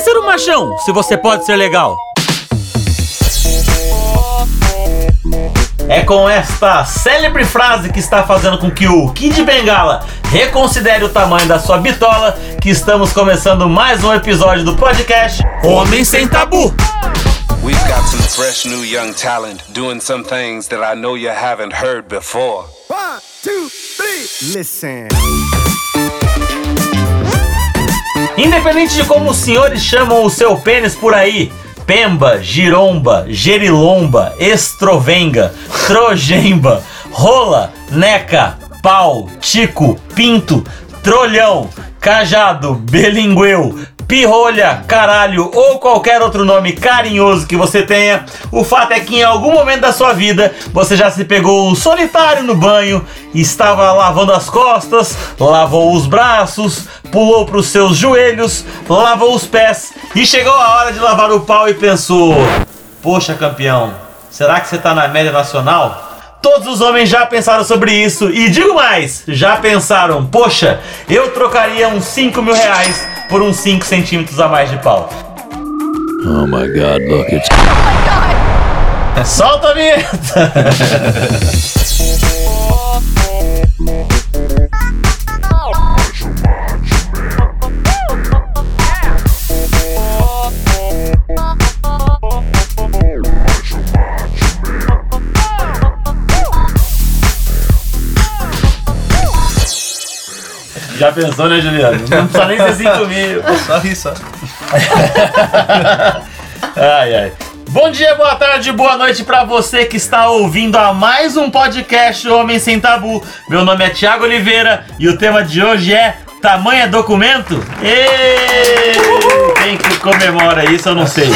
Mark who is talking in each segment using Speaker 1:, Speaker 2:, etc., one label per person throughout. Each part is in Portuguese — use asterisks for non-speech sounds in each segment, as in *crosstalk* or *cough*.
Speaker 1: ser um machão se você pode ser legal? É com esta célebre frase que está fazendo com que o Kid Bengala reconsidere o tamanho da sua bitola que estamos começando mais um episódio do podcast Homem Sem Tabu.
Speaker 2: We've got some fresh new young talent doing some things that I know you haven't heard before.
Speaker 3: One, two, three. Listen.
Speaker 1: Independente de como os senhores chamam o seu pênis por aí, Pemba, giromba, gerilomba, estrovenga, trojemba, rola, neca, pau, tico, pinto, trolhão, cajado, belingueu, pirrolha, caralho ou qualquer outro nome carinhoso que você tenha, o fato é que em algum momento da sua vida você já se pegou solitário no banho, estava lavando as costas, lavou os braços, pulou para os seus joelhos, lavou os pés e chegou a hora de lavar o pau e pensou: Poxa, campeão, será que você tá na média nacional? Todos os homens já pensaram sobre isso e digo mais, já pensaram, poxa, eu trocaria uns 5 mil reais por uns 5 centímetros a mais de pau.
Speaker 4: Oh my god, look, it's
Speaker 1: Solta a vinheta! Já pensou, né, Juliano? Não precisa nem ser 5 mil.
Speaker 5: É Só ri, só.
Speaker 1: *laughs* Ai, ai. Bom dia, boa tarde, boa noite pra você que está ouvindo a mais um podcast Homem Sem Tabu. Meu nome é Thiago Oliveira e o tema de hoje é Tamanho é documento? Ê! Quem que comemora isso, eu não sei.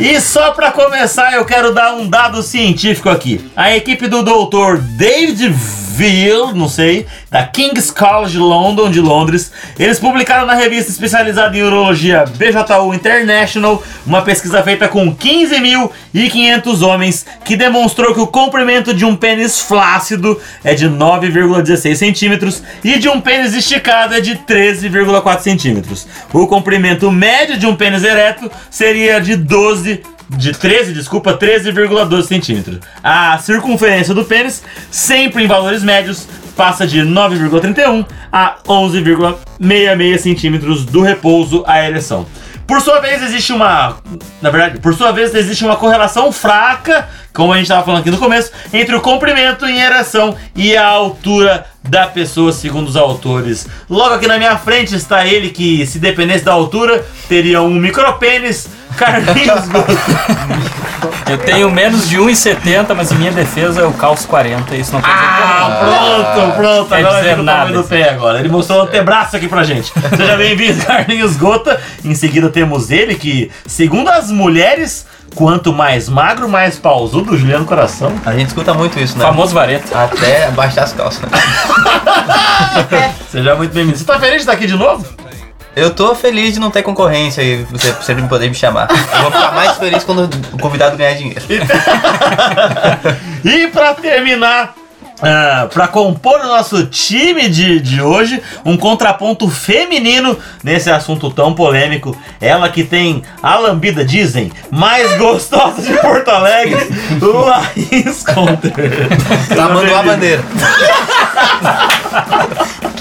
Speaker 1: E só pra começar, eu quero dar um dado científico aqui. A equipe do Dr. David Veal, não sei, da King's College London de Londres, eles publicaram na revista especializada em urologia BJU International uma pesquisa feita com 15.500 homens que demonstrou que o comprimento de um pênis flácido é de 9,16 centímetros e de um pênis esticado é de 13,4 centímetros. O comprimento médio de um pênis ereto seria de 12 de 13, desculpa, 13,12 centímetros. A circunferência do pênis, sempre em valores médios, passa de 9,31 a 11,66 centímetros do repouso à ereção. Por sua vez, existe uma. Na verdade, por sua vez, existe uma correlação fraca, como a gente estava falando aqui no começo, entre o comprimento em ereção e a altura da pessoa, segundo os autores. Logo aqui na minha frente está ele que, se dependesse da altura, teria um micropênis, Carlinhos Gomes.
Speaker 6: Eu tenho menos de 1,70, mas em minha defesa eu calço 40, isso não quer dizer nada.
Speaker 1: Ah, pronto, pronto.
Speaker 6: Quer
Speaker 1: Agora
Speaker 6: dizer
Speaker 1: ele tá
Speaker 6: nada,
Speaker 1: do
Speaker 6: assim.
Speaker 1: pé agora. Ele mostrou o antebraço aqui pra gente. Seja bem-vindo, *laughs* Carlinhos Gota. Em seguida temos ele que, segundo as mulheres, quanto mais magro, mais pausudo, Juliano Coração.
Speaker 5: A gente escuta muito isso, né?
Speaker 6: Famoso vareta.
Speaker 5: Até baixar as calças. né?
Speaker 1: Seja muito bem-vindo. Você tá feliz de estar aqui de novo?
Speaker 5: Eu tô feliz de não ter concorrência e você sempre me poder me chamar. Eu vou ficar mais feliz quando o convidado ganhar dinheiro. Tá,
Speaker 1: *laughs* E pra terminar. ah, pra compor o nosso time de, de hoje, um contraponto feminino nesse assunto tão polêmico. Ela que tem a lambida, dizem, mais gostosa de Porto Alegre,
Speaker 5: *laughs*
Speaker 1: Laís Conter.
Speaker 5: Tamanduá Tá, a bandeira.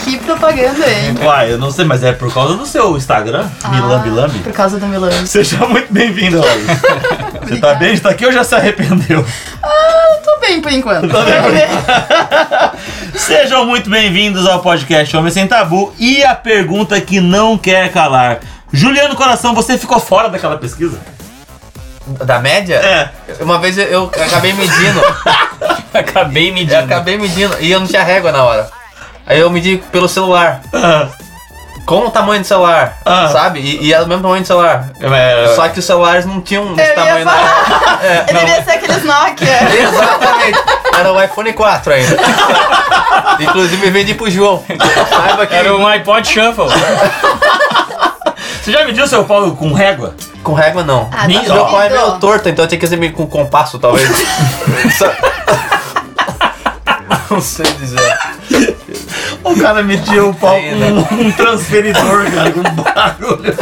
Speaker 7: Que propaganda, hein?
Speaker 1: Uai, eu não sei, mas é por causa do seu Instagram, Milambi Lambi.
Speaker 7: Ah, Por causa do Milan.
Speaker 1: Seja muito bem-vinda, Laís. Você tá bem? Está aqui ou já se arrependeu?
Speaker 7: Ah, eu tô bem por enquanto. Tô bem por enquanto.
Speaker 1: *laughs* Sejam muito bem-vindos ao podcast Homem Sem Tabu e a pergunta que não quer calar. Juliano Coração, você ficou fora daquela pesquisa?
Speaker 5: Da média?
Speaker 1: É.
Speaker 5: Uma vez eu, eu acabei
Speaker 7: *laughs*
Speaker 5: medindo.
Speaker 6: Acabei
Speaker 5: Eu
Speaker 6: medindo.
Speaker 5: acabei medindo e eu não tinha régua na hora. Aí eu medi pelo celular.
Speaker 1: Ah,
Speaker 5: Com o tamanho do celular,
Speaker 1: Ah.
Speaker 5: sabe? E, e era o mesmo tamanho do celular. Só que os celulares não tinham esse
Speaker 7: É.
Speaker 1: tá
Speaker 5: tamanho né? É.
Speaker 7: Eu ia
Speaker 5: na hora.
Speaker 7: falar. *laughs* Ele devia ser
Speaker 1: *laughs*
Speaker 7: aqueles Nokia.
Speaker 5: Exatamente. Era o iPhone 4 ainda. Inclusive vendi pro João. Saiba que
Speaker 6: Era um iPod Shuffle.
Speaker 1: Você já mediu seu pau com régua?
Speaker 5: com régua não.
Speaker 7: Ah,
Speaker 1: Nem-
Speaker 7: tá
Speaker 5: Meu pai é
Speaker 7: duvido.
Speaker 5: meio torto, então eu tinha que ser meio com compasso, talvez. *laughs* Só- não sei dizer.
Speaker 1: O cara metia o pau com um, um transferidor, cara, com um barulho.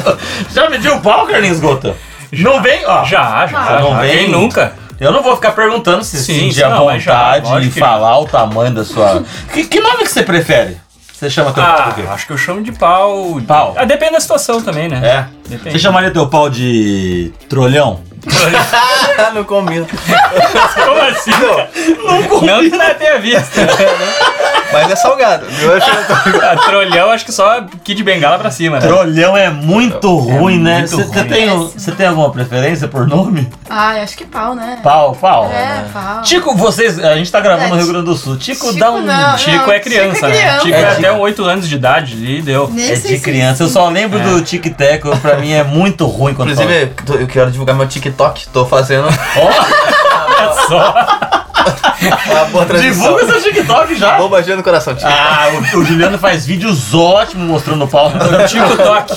Speaker 1: Já mediu o pau, Carlinhos Gota? Não vem, ó.
Speaker 8: Já, já.
Speaker 1: Ah,
Speaker 8: já.
Speaker 1: não vem?
Speaker 8: Quem nunca?
Speaker 1: Eu não vou ficar perguntando se
Speaker 8: Sim,
Speaker 1: sentir
Speaker 8: sim,
Speaker 1: a
Speaker 8: não, mas já,
Speaker 1: vontade de
Speaker 8: lógico que-
Speaker 1: falar o tamanho da sua. Que, que nome que você prefere? Você chama teu pau de quê?
Speaker 8: Ah, acho que eu chamo de pau.
Speaker 1: Pau.
Speaker 8: Ah, depende da situação também, né?
Speaker 1: É.
Speaker 8: Depende.
Speaker 1: Você chamaria teu pau de trolhão?
Speaker 5: Ah, não combina.
Speaker 1: É.
Speaker 8: *laughs* Como assim? Não, não que nada tenha visto.
Speaker 5: Mas é salgado. Eu acho que
Speaker 8: *laughs* Ah, Trolhão, acho que só Kid Bengala pra cima, né?
Speaker 1: Trolhão é muito ruim, né?
Speaker 8: muito
Speaker 1: Você você
Speaker 8: ruim.
Speaker 1: tem, um- você tem alguma preferência por nome?
Speaker 7: Ai, acho que pau, né?
Speaker 1: Pau, né? pau.
Speaker 7: É, pau.
Speaker 1: Tico, vocês. A gente tá gravando
Speaker 7: É,
Speaker 1: no Rio Grande do Sul. Tico,
Speaker 7: Tico
Speaker 1: dá um.
Speaker 7: não.
Speaker 8: Chico é criança,
Speaker 7: Chico é
Speaker 8: né?
Speaker 7: criança.
Speaker 8: Chico é,
Speaker 5: É,
Speaker 1: tipo-
Speaker 8: até 8 anos de idade ali, deu.
Speaker 7: Nem
Speaker 1: É
Speaker 7: sei
Speaker 1: de
Speaker 7: se-
Speaker 1: criança. Eu só lembro
Speaker 8: É.
Speaker 1: do Tic Tac. Pra mim é muito ruim quando fala.
Speaker 5: Inclusive, eu tô- eu quero divulgar meu TikTok. Tô fazendo
Speaker 8: Olha só.
Speaker 5: uma boa transição.
Speaker 1: Divulga seu TikTok já.
Speaker 5: Vou baixando no coração, tio.
Speaker 1: Ah, o, o Juliano faz vídeos ótimos mostrando o pau.
Speaker 8: É Tico Toque.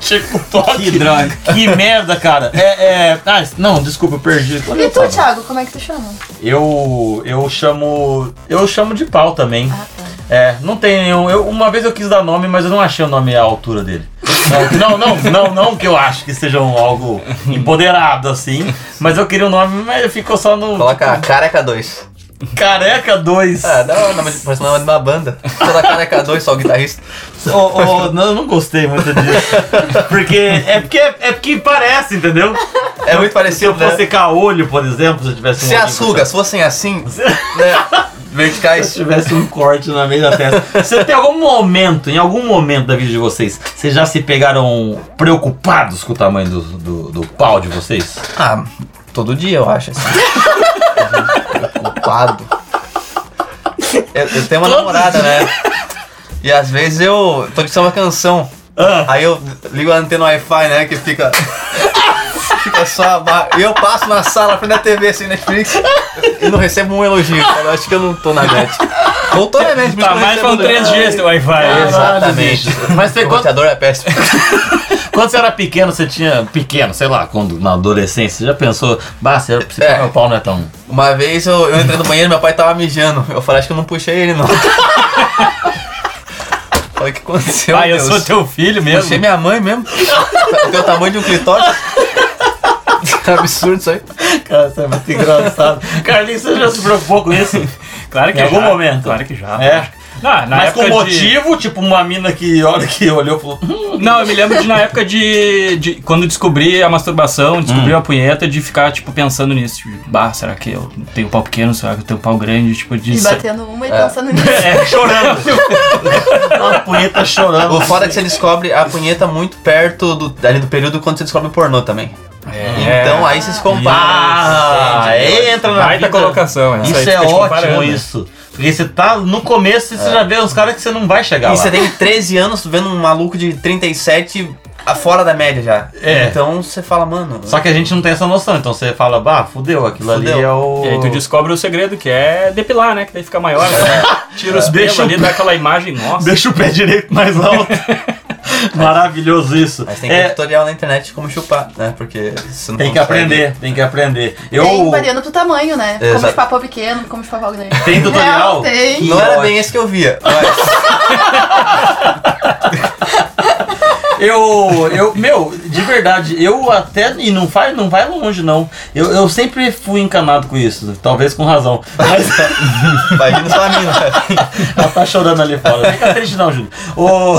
Speaker 1: TikTok. Que droga. Que merda, cara. É, é. Ah, não, desculpa, eu perdi. Quando
Speaker 7: E
Speaker 1: eu
Speaker 7: tu,
Speaker 1: tava?
Speaker 7: Thiago, como é que tu chama?
Speaker 1: Eu. Eu chamo. Eu chamo de pau também.
Speaker 7: Ah, tá.
Speaker 1: É, não tem nenhum. Eu, uma vez eu quis dar nome, mas eu não achei o nome à altura dele. Não, não, não, não, não que eu acho que seja um algo empoderado assim. Mas eu queria um nome, mas ficou só no.
Speaker 5: Coloca Careca 2.
Speaker 1: Careca 2.
Speaker 5: Ah, dá o nome de, parece o nome de uma banda. Toda Careca 2, só o guitarrista.
Speaker 1: Ô, ô, não, eu não gostei muito
Speaker 5: *laughs*
Speaker 1: disso. Porque é porque, é porque parece, entendeu?
Speaker 5: É
Speaker 1: Se eu
Speaker 5: muito parecido, né?
Speaker 1: fosse caolho, por exemplo, se eu tivesse um.
Speaker 5: Se as
Speaker 1: olhinho pra
Speaker 5: rugas fossem assim, né? Verticais.
Speaker 1: se tivesse um corte na meio da testa. Você tem algum momento, em algum momento da vida de vocês, vocês já se pegaram preocupados com o tamanho do, do, do pau de vocês?
Speaker 5: Ah, todo dia eu acho. Assim. Preocupado. Eu, eu tenho uma namorada, né? E às vezes eu tô de uma canção.
Speaker 8: Ah.
Speaker 5: Aí eu ligo a antena Wi-Fi, né? Que fica. Fica só a barra. E eu passo na sala, na frente da TV, assim, Netflix. E não recebo um elogio, cara. Eu acho que eu não tô na net. Ou tô na net, mas
Speaker 8: Tá
Speaker 5: não
Speaker 8: mais pra um
Speaker 5: recebo-
Speaker 8: 3G esse
Speaker 1: Ah,
Speaker 8: Wi-Fi.
Speaker 5: Exatamente.
Speaker 1: Mas você,
Speaker 5: O
Speaker 1: quando,
Speaker 5: roteador é péssimo.
Speaker 1: quando você era pequeno, você tinha. Pequeno, sei lá, quando na adolescência, você já pensou, bah, se se
Speaker 5: É.
Speaker 1: meu pau não é tão.
Speaker 5: Uma vez eu, eu entrei no banheiro e meu pai tava mijando. Eu falei, acho que eu não puxei ele, não. *laughs* falei, o que aconteceu?
Speaker 8: Pai, Ah, eu
Speaker 5: Deus?
Speaker 8: sou teu filho
Speaker 5: Puxei
Speaker 8: mesmo.
Speaker 5: minha mãe mesmo. Tá- Tem o tamanho de um clitóris. *laughs* Que absurdo isso aí.
Speaker 1: Cara, isso é muito engraçado. Carlinhos, você já se preocupou com isso?
Speaker 8: Claro que
Speaker 1: Em algum
Speaker 8: já,
Speaker 1: momento.
Speaker 8: Claro que já.
Speaker 1: É.
Speaker 8: Não, na
Speaker 1: Mas
Speaker 8: época
Speaker 1: com
Speaker 8: de-
Speaker 1: motivo, tipo, uma mina que a hora que olhou falou. "Hum,
Speaker 8: Não, eu me lembro de na época de, de- quando descobri a masturbação, descobri
Speaker 1: Hum.
Speaker 8: a punheta, de ficar, tipo, pensando nisso. Tipo, bah, será que eu tenho pau pequeno? Será que eu tenho pau grande? Tipo, de.
Speaker 7: E batendo uma e pensando nisso.
Speaker 1: *laughs* É, chorando. Uma punheta chorando.
Speaker 5: O foda é que você descobre a punheta muito perto do, ali do período quando você descobre o pornô também.
Speaker 8: É.
Speaker 5: Então aí você se compara.
Speaker 1: Ah,
Speaker 5: Entende?
Speaker 1: entra na
Speaker 8: Baita
Speaker 1: vida.
Speaker 8: colocação, essa aí
Speaker 1: Isso é
Speaker 8: fica te
Speaker 1: ótimo,
Speaker 8: comparando. né?
Speaker 1: isso. Porque você tá no começo e você já vê os caras que você não vai chegar
Speaker 5: E
Speaker 1: lá.
Speaker 5: você tem 13 anos vendo um maluco de 37 a- fora da média já.
Speaker 1: É.
Speaker 5: Então você fala, mano.
Speaker 1: Só que a gente não tem essa noção, então você fala, bah, fudeu, aquilo ali
Speaker 5: Fudeu.
Speaker 1: é o.
Speaker 8: E aí tu descobre o segredo, que é depilar, né? Que daí fica
Speaker 1: *laughs*
Speaker 8: maior. né? Tira os pelos
Speaker 1: Deixa
Speaker 8: ali,
Speaker 1: o-
Speaker 8: dá aquela imagem, nossa.
Speaker 1: Deixa o pé direito mais alto. Maravilhoso isso.
Speaker 5: Mas tem que ter
Speaker 1: É,
Speaker 5: tutorial na internet de como chupar, né? Porque você não
Speaker 1: tem que
Speaker 5: consegue.
Speaker 1: aprender, tem que aprender. Eu.
Speaker 7: Tem variando pro tamanho, né? Como
Speaker 5: Exato.
Speaker 7: de papo pequeno, como de papo grande.
Speaker 1: Tem tutorial?
Speaker 7: Não, tem.
Speaker 5: Não era
Speaker 1: Ótimo.
Speaker 5: bem esse que eu via. Mas
Speaker 1: Eu, eu, meu, de verdade, eu até, e não vai, não vai longe não, eu, eu sempre fui encanado com isso, talvez com razão, mas *laughs*
Speaker 5: imagina só a mina.
Speaker 1: ela tá chorando ali fora, fica triste não, Júlio. Ô,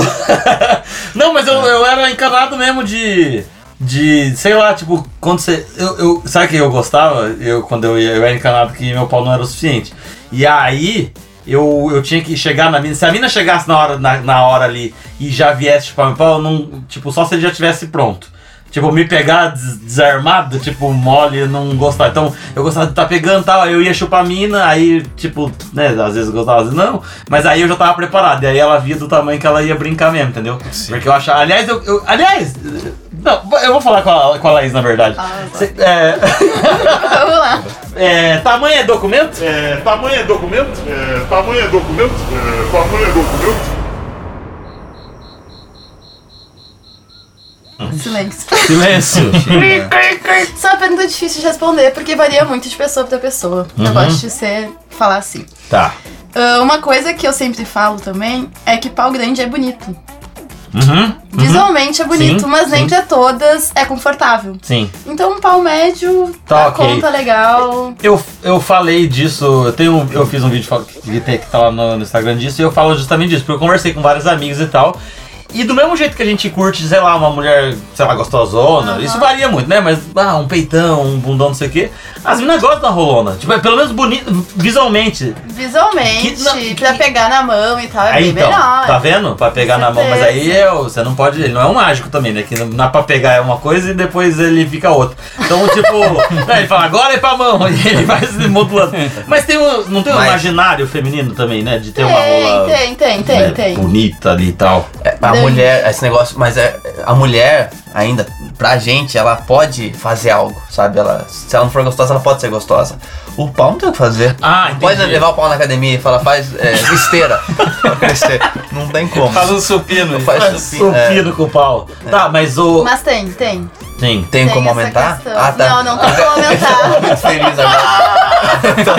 Speaker 1: *laughs* Não, mas eu, eu era encanado mesmo de, de, sei lá, tipo, quando você, eu, eu, sabe o que eu gostava? Eu, quando eu, ia- eu era encanado que meu pau não era o suficiente, e aí... Eu, eu tinha que chegar na mina. Se a mina chegasse na hora, na, na hora ali e já viesse, tipo, meu pau, eu não, tipo, só se ele já tivesse pronto. Tipo, me pegar des- desarmado, tipo, mole, não gostar. Então, eu gostava de estar pegando e tal, aí eu ia chupar a mina, aí, tipo, né, às vezes eu gostava, às vezes não. Mas aí eu já tava preparado, e aí ela via do tamanho que ela ia brincar mesmo, entendeu? Porque eu achava. Aliás, eu. eu- aliás! Não, eu vou falar com a, com a Laís, na verdade. Cê- é, *laughs*
Speaker 7: Vamos lá.
Speaker 1: é, tamanho é documento?
Speaker 9: Tamanho é documento? É, tamanho é documento? É, tamanho é documento?
Speaker 7: Silêncio.
Speaker 1: Silêncio.
Speaker 7: *laughs* Só uma pergunta
Speaker 1: Uhum.
Speaker 7: difícil de responder, porque varia muito de pessoa pra pessoa. Eu gosto de ser, falar assim.
Speaker 1: tá.
Speaker 7: Ah, uma coisa que eu sempre falo também é que pau grande é bonito.
Speaker 10: Uhum,
Speaker 7: Visualmente é bonito,
Speaker 10: Sim,
Speaker 7: mas nem
Speaker 10: sim.
Speaker 7: pra todas é confortável.
Speaker 10: sim.
Speaker 7: Então um pau médio
Speaker 1: Tá,
Speaker 7: dá
Speaker 1: ok.
Speaker 7: conta legal.
Speaker 1: Eu, eu falei disso, eu, tenho, eu fiz um vídeo fal- que, tem- que tá lá no, no Instagram disso, e eu falo justamente disso, porque eu conversei com vários amigos e tal. E do mesmo jeito que a gente curte, sei lá, uma mulher, sei lá, gostosona, isso varia muito, né? Mas, ah, um peitão, um bundão, não sei o quê. As meninas gostam da rolona. Tipo, é pelo menos bonito, visualmente.
Speaker 7: Visualmente,
Speaker 1: Que- não, que-
Speaker 7: pra pegar na mão e tal, é
Speaker 1: Aí
Speaker 7: bem
Speaker 1: então,
Speaker 7: melhor.
Speaker 1: tá vendo? Pra pegar
Speaker 7: Com
Speaker 1: na mão, mas aí
Speaker 7: certeza.
Speaker 1: é, o- você não pode. Ele não é um mágico também, né? Que não dá pra pegar é uma coisa e depois ele fica outra. Então, *laughs* tipo, né, ele fala, agora é pra mão, *laughs* e ele vai se modulando. Mas tem um, não tem um
Speaker 5: Mas-
Speaker 1: imaginário feminino também, né? De ter uma rola
Speaker 7: tem, tem, tem, tem,
Speaker 1: né,
Speaker 7: tem.
Speaker 1: bonita ali e tal.
Speaker 5: É, A
Speaker 7: Daí-
Speaker 5: mulher, esse negócio, mas é, a mulher, ainda, pra gente, ela pode fazer algo, sabe? Ela, se ela não for gostosa, ela pode ser gostosa. O pau não tem o que fazer.
Speaker 1: Ah,
Speaker 5: não pode
Speaker 1: entendi.
Speaker 5: levar o pau na academia e falar, faz é, esteira pra crescer. Não tem como.
Speaker 1: Faz um supino.
Speaker 5: Faz supino, é.
Speaker 1: supino com o pau. Tá, mas o.
Speaker 7: Mas tem, tem.
Speaker 1: Sim.
Speaker 5: Tem,
Speaker 7: Tem
Speaker 5: como
Speaker 7: essa
Speaker 5: aumentar?
Speaker 7: questão.
Speaker 1: Ah, tá.
Speaker 7: Não, não tem como
Speaker 5: Tô
Speaker 1: *laughs*
Speaker 7: aumentar.
Speaker 5: muito feliz agora.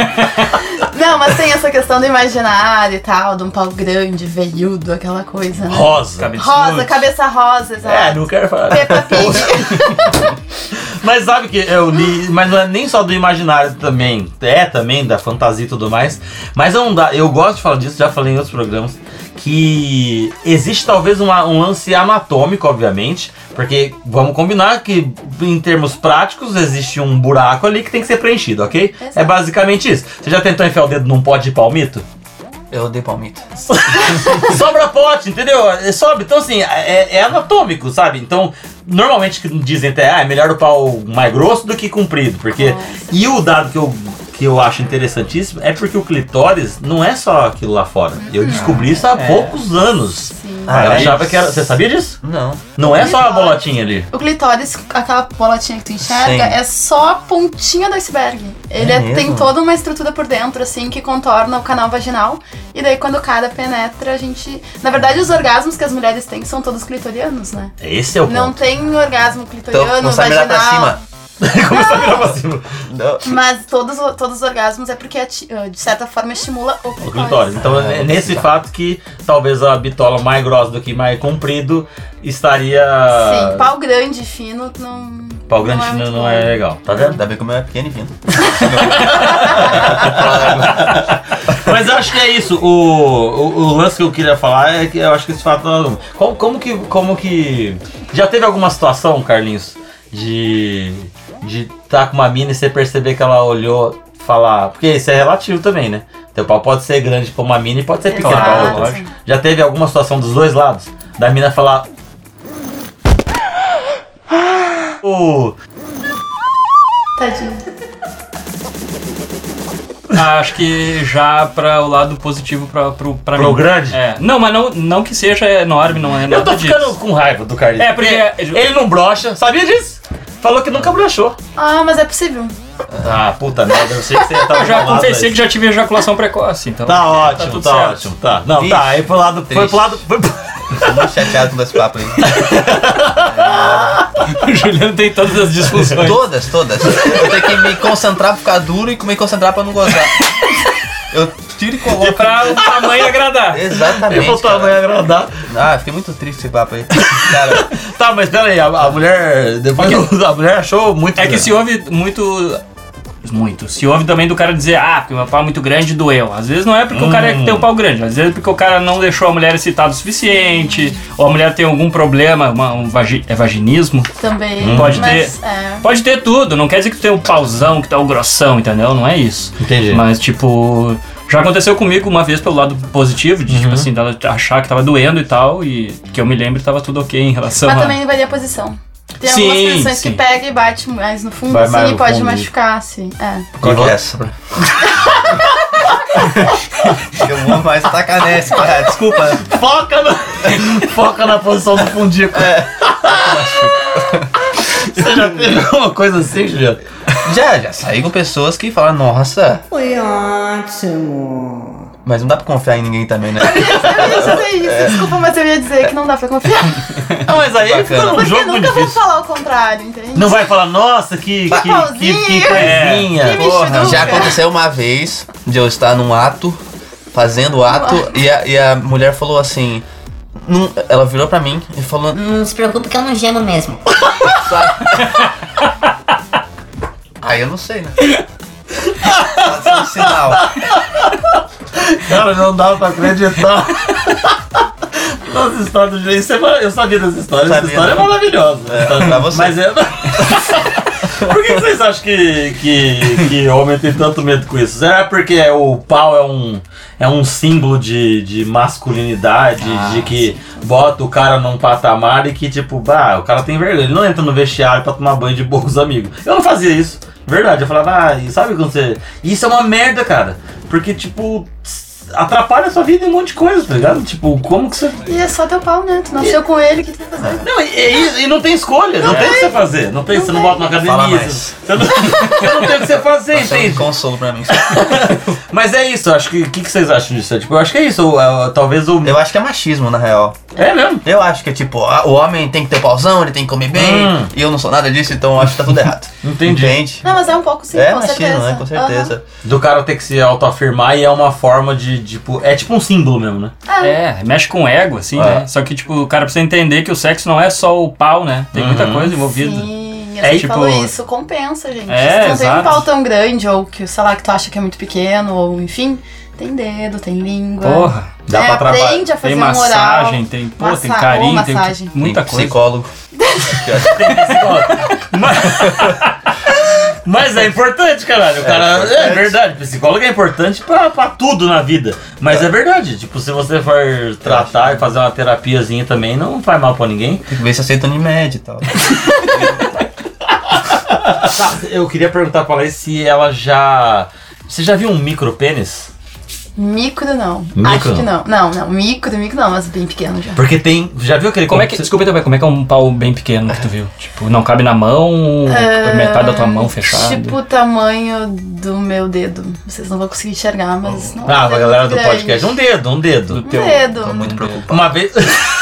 Speaker 7: Não, mas tem essa questão do imaginário e tal, de um pau grande, veiudo, aquela coisa, né?
Speaker 10: Rosa.
Speaker 1: Cabeça
Speaker 7: Rosa,
Speaker 1: nude.
Speaker 7: cabeça rosa, exato.
Speaker 1: É, não quero falar.
Speaker 7: Peppa
Speaker 1: *laughs*
Speaker 7: Pig.
Speaker 1: Mas sabe que eu li, mas não é nem só do imaginário também, é também da fantasia e tudo mais. Mas eu, não dá, eu gosto de falar disso, já falei em outros programas, que existe talvez uma- um lance anatômico, obviamente, porque vamos combinar que em termos práticos existe um buraco ali que tem que ser preenchido, ok?
Speaker 7: Exato.
Speaker 1: É basicamente isso. Você já tentou enfiar o dedo num pote de palmito?
Speaker 5: Eu odeio palmito.
Speaker 1: *laughs* Sobra pote, entendeu? É, Sobe. Então, assim, é, é anatômico, sabe? Então, normalmente que dizem até, ah, é melhor o pau mais grosso do que comprido. Porque. E o dado que eu, que eu acho interessantíssimo é porque o clitóris não é só aquilo lá fora. Eu
Speaker 7: Uhum.
Speaker 1: descobri isso há poucos anos. Ah, eu
Speaker 5: Ah, é?
Speaker 1: achava que era. Você sabia disso?
Speaker 5: Não.
Speaker 1: Não é só a
Speaker 7: Clitóris.
Speaker 1: bolotinha ali.
Speaker 7: O clitóris, aquela bolotinha que tu enxerga,
Speaker 5: Sim.
Speaker 7: é só a pontinha do iceberg. Ele
Speaker 5: É
Speaker 7: é- tem
Speaker 5: mesmo?
Speaker 7: toda uma estrutura por dentro, assim, que contorna o canal vaginal. E daí, quando o cara penetra, a gente. Na verdade, os orgasmos que as mulheres têm são todos clitorianos, né?
Speaker 1: Esse é o
Speaker 7: Não
Speaker 1: ponto. *laughs*
Speaker 7: tem orgasmo
Speaker 5: Então,
Speaker 7: clitoriano,
Speaker 5: não sabe
Speaker 7: vaginal.
Speaker 5: olhar pra cima.
Speaker 1: Começou a virar pra cima.
Speaker 5: Não.
Speaker 7: Mas todos, todos os orgasmos é porque, ati- de certa forma, estimula o clitóris.
Speaker 1: O clitóris. Então,
Speaker 5: Ah,
Speaker 1: é
Speaker 5: vou
Speaker 1: nesse
Speaker 5: precisar.
Speaker 1: fato que talvez a bitola mais grossa do que mais comprido estaria.
Speaker 5: Ah.
Speaker 7: Sim, pau grande, fino, não.
Speaker 1: Pau grande
Speaker 7: não é
Speaker 1: não,
Speaker 7: muito
Speaker 1: não
Speaker 7: bom.
Speaker 1: é legal, tá vendo?
Speaker 5: Ainda bem que o meu é pequeno e vindo.
Speaker 1: Mas eu acho que é isso. O, o, o lance que eu queria falar é que eu acho que esse fato. não- Como, como que. Como que. Já teve alguma situação, Carlinhos, de. de estar com uma mina e você perceber que ela olhou falar. Porque isso é relativo também, né? Teu pau pode ser grande pra uma mina e pode ser pequeno pra
Speaker 7: Exato,
Speaker 1: outra.
Speaker 7: sim.
Speaker 1: Já teve alguma situação dos dois lados? Da mina falar. "Ah, "Ô,
Speaker 7: Tadinho.
Speaker 8: Ah, acho que já pra o lado positivo pra, pro, pra
Speaker 1: Pro
Speaker 8: mim.
Speaker 1: grande?
Speaker 8: É. Não, mas não, não que seja enorme, não é
Speaker 1: Eu
Speaker 8: nada
Speaker 1: tô
Speaker 8: disso.
Speaker 1: ficando com raiva do Carlinhos.
Speaker 8: É, porque-
Speaker 1: ele não brocha. Sabia disso? Falou que nunca brochou.
Speaker 7: Ah, mas é possível.
Speaker 1: Ah, puta merda, eu sei que você *laughs* tava
Speaker 8: Eu já
Speaker 1: falando
Speaker 8: confessei
Speaker 1: isso.
Speaker 8: que já tive ejaculação precoce, então.
Speaker 1: Tá ótimo, tá,
Speaker 8: tudo certo.
Speaker 1: ótimo, tá. Não,
Speaker 5: Ixi,
Speaker 1: tá, aí pro lado, foi
Speaker 5: triste.
Speaker 1: pro lado, foi *laughs* pro...
Speaker 5: Tô muito chateado com esse papo aí.
Speaker 8: *laughs* O Juliano tem todas as disfunções.
Speaker 5: Todas, todas. Eu tenho que me concentrar pra ficar duro e me concentrar pra não gozar. Eu tiro e
Speaker 8: E
Speaker 5: coloco.
Speaker 8: pra o tamanho agradar.
Speaker 5: Exatamente.
Speaker 1: Eu vou
Speaker 5: cara.
Speaker 1: tamanho agradar.
Speaker 5: Ah, fiquei muito triste com esse papo aí. Cara,
Speaker 1: Tá, mas pera aí, a, a mulher, depois do- *laughs* a mulher achou muito
Speaker 8: É que
Speaker 1: grande.
Speaker 8: se ouve muito. Muito. Se ouve também do cara dizer, ah, porque meu pau é muito grande doeu. Às vezes não é porque o cara é que tem um pau grande, às vezes é porque o cara não deixou a mulher excitada o suficiente, ou a mulher tem algum problema, uma- um vagi- é vaginismo.
Speaker 7: Também.
Speaker 8: Pode
Speaker 7: mas,
Speaker 8: ter.
Speaker 7: É.
Speaker 8: Pode ter tudo, não quer dizer que tu tem um pauzão que tá o grossão, entendeu? Não é isso.
Speaker 1: Entendi.
Speaker 8: Mas, tipo, já aconteceu comigo uma vez pelo lado positivo, de, tipo assim, dela achar que tava doendo e tal, e que eu me lembro tava tudo ok em relação
Speaker 7: Mas
Speaker 8: a.
Speaker 7: também varia a posição. Tem
Speaker 8: Sim,
Speaker 7: algumas posições
Speaker 8: sim.
Speaker 7: que pega e bate mais no fundo,
Speaker 1: Vai mais
Speaker 7: assim, e
Speaker 1: no
Speaker 7: pode
Speaker 1: fundo.
Speaker 7: machucar, assim. É.
Speaker 5: *laughs* qual que é essa? Eu vou mais tacar nessa, cara. Desculpa.
Speaker 1: Foca É. na, *laughs* foca na posição do fundico. *laughs* Você já teve alguma coisa assim, Juliano?
Speaker 5: Já, já saí com pessoas que falaram, nossa. Foi ótimo. Mas não dá pra confiar em ninguém também, né?
Speaker 7: Eu ia dizer isso, desculpa, mas eu ia dizer que não dá pra
Speaker 8: *laughs*
Speaker 7: confiar.
Speaker 1: Ah, mas aí fica
Speaker 5: Bacana.
Speaker 1: um
Speaker 7: Porque
Speaker 1: jogo muito
Speaker 7: nunca vou
Speaker 1: difícil.
Speaker 7: falar o contrário, entende?
Speaker 1: Não vai falar, nossa, que, que, que, que É.
Speaker 7: Pauzinho.
Speaker 1: coisinha.
Speaker 7: Que bicho
Speaker 5: Já
Speaker 7: do-
Speaker 5: aconteceu uma vez de eu estar num ato fazendo o ato e a, e a mulher falou assim. "Não", ela virou pra mim e falou. tá".
Speaker 11: Não se preocupe que eu não gemo mesmo.
Speaker 7: *laughs*
Speaker 5: Aí eu não sei, né? Fazendo sinal.
Speaker 1: Cara, não dava pra acreditar. *laughs* Nossa história do Juiz, eu sabia dessa história.
Speaker 5: Sabia,
Speaker 1: Essa história
Speaker 5: né?
Speaker 1: é maravilhosa.
Speaker 5: É, pra você.
Speaker 1: Mas é. *laughs* Por que que vocês acham que, que, que homem tem tanto medo com isso? Será porque o pau é um, é um símbolo de, de masculinidade,
Speaker 5: Ah,
Speaker 1: de que bota o cara num patamar e que, tipo, bah, o cara tem vergonha. Ele não entra no vestiário pra tomar banho de boa com os amigos. Eu não fazia isso. Verdade, eu falava, ah, e sabe quando você. Isso é uma merda, cara. Porque, tipo, atrapalha a sua vida em um monte de coisa, tá ligado? Tipo, como que você.
Speaker 7: E é só teu pau, né? Tu nasceu com ele, o que tu vai fazer?
Speaker 1: Não, e, e- e não tem escolha, não, tem o que você fazer. Não tem, você não bota na
Speaker 5: Fala
Speaker 1: academia. Você,
Speaker 5: mais.
Speaker 1: você não, *laughs* você não tem o que você fazer,
Speaker 5: Isso é um
Speaker 1: entende?
Speaker 5: consolo pra mim.
Speaker 1: Mas é isso, eu acho que. O que, que vocês acham disso? É, Tipo, eu acho que é isso. ou, é, talvez o.
Speaker 5: Eu acho que é machismo, na real.
Speaker 1: É mesmo?
Speaker 5: Eu acho que é tipo, ah, o homem tem que ter o pauzão, ele tem que comer bem,
Speaker 1: Hum.
Speaker 5: e eu não sou nada disso, então eu acho que tá tudo errado.
Speaker 1: Entendi.
Speaker 5: Entende?
Speaker 7: Não, mas é um pouco sim,
Speaker 5: é
Speaker 7: com
Speaker 5: machismo,
Speaker 7: certeza.
Speaker 5: né? Com certeza.
Speaker 1: Do cara ter que se autoafirmar e é uma forma de, tipo. É tipo um símbolo mesmo, né?
Speaker 7: Aham. É.
Speaker 8: É, mexe com o ego, assim, né? Só que, tipo, o cara precisa entender que o sexo não é só o pau, né? Tem muita coisa envolvida.
Speaker 7: Sim,
Speaker 8: É,
Speaker 7: é,
Speaker 8: tipo-
Speaker 7: falou isso, compensa, gente.
Speaker 8: É,
Speaker 7: Se tu não tem
Speaker 8: exato.
Speaker 7: um pau tão grande, ou que, sei lá, que tu acha que é muito pequeno, ou enfim, tem dedo, tem língua.
Speaker 8: Porra.
Speaker 5: Dá
Speaker 7: é,
Speaker 5: pra trabalhar.
Speaker 7: aprende a fazer
Speaker 8: Tem
Speaker 7: um oral.
Speaker 8: massagem, tem, pô,
Speaker 7: Massa-
Speaker 8: tem carinho,
Speaker 7: ou
Speaker 8: tem
Speaker 7: massagem.
Speaker 8: muita
Speaker 5: Tem
Speaker 8: coisa.
Speaker 5: Psicólogo.
Speaker 1: Mas é importante, caralho. O cara. É, verdade, psicólogo é importante pra, pra tudo na vida. Mas é. verdade, tipo, se você for tratar e fazer uma terapiazinha também, não faz mal pra ninguém.
Speaker 5: Tem que ver se aceita Unimed e tal.
Speaker 1: Tá, eu queria perguntar pra Laís se ela já. Você já viu um micro pênis?
Speaker 7: Micro não.
Speaker 1: Micro
Speaker 7: Acho que
Speaker 1: não.
Speaker 7: não. Não, não. Micro, micro não, mas bem pequeno já.
Speaker 1: Porque tem. Já viu aquele.
Speaker 8: Como é que, desculpa também, como é que é um pau bem pequeno que tu viu? Tipo, não cabe na mão, metade da tua mão fechada.
Speaker 7: Ah, Tipo o tamanho do meu dedo. Vocês não vão conseguir enxergar, mas não.
Speaker 1: Ah,
Speaker 7: é um
Speaker 1: a
Speaker 7: dedo
Speaker 1: galera do
Speaker 7: grande.
Speaker 1: podcast. Um dedo, um dedo.
Speaker 7: Um dedo.
Speaker 5: Muito preocupado.
Speaker 1: Uma vez. *laughs*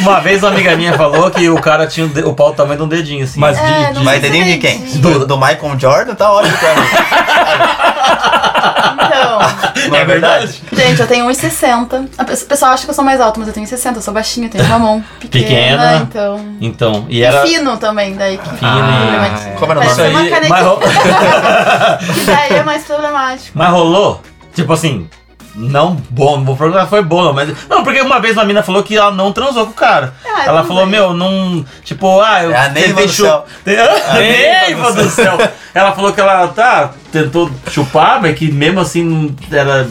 Speaker 1: uma vez uma amiga minha falou que o cara tinha o de- o pau do tamanho de um dedinho, assim.
Speaker 8: Mas
Speaker 7: É,
Speaker 8: de,
Speaker 7: não
Speaker 5: Mas
Speaker 7: sei se
Speaker 5: dedinho de
Speaker 7: é
Speaker 5: quem?
Speaker 7: dedinho.
Speaker 5: Do, do Michael Jordan? Tá ótimo pra
Speaker 1: *laughs*
Speaker 5: mim.
Speaker 7: Então,
Speaker 5: Não é verdade?
Speaker 7: gente, eu tenho 1,60. A pe- O pessoal acha que eu sou mais alto, mas eu tenho 1,60. Eu sou baixinha, tenho
Speaker 1: *laughs*
Speaker 7: uma mão pequena.
Speaker 1: Pequena.
Speaker 7: Então.
Speaker 1: Então, e
Speaker 7: E
Speaker 1: era. é
Speaker 7: fino também, daí que fica
Speaker 8: Ah,
Speaker 7: problemático.
Speaker 5: Como era o
Speaker 7: Parece
Speaker 5: nome?
Speaker 7: uma
Speaker 1: Isso aí,
Speaker 7: canetinha.
Speaker 1: mas-
Speaker 7: que daí é mais problemático.
Speaker 1: Mas rolou? Tipo assim, não bom, não vou perguntar se foi bom, não, mas. Não, porque uma vez uma mina falou que ela não transou com o cara.
Speaker 7: Ah,
Speaker 1: ela
Speaker 7: não
Speaker 1: falou,
Speaker 7: sei.
Speaker 1: meu, não. Tipo, ah, eu.
Speaker 5: É a Neiva
Speaker 1: tentei
Speaker 5: do
Speaker 1: chu- *laughs*
Speaker 5: céu.
Speaker 1: Te- Neiva do céu! Ela falou que ela, tá, tentou chupar, mas que mesmo assim era.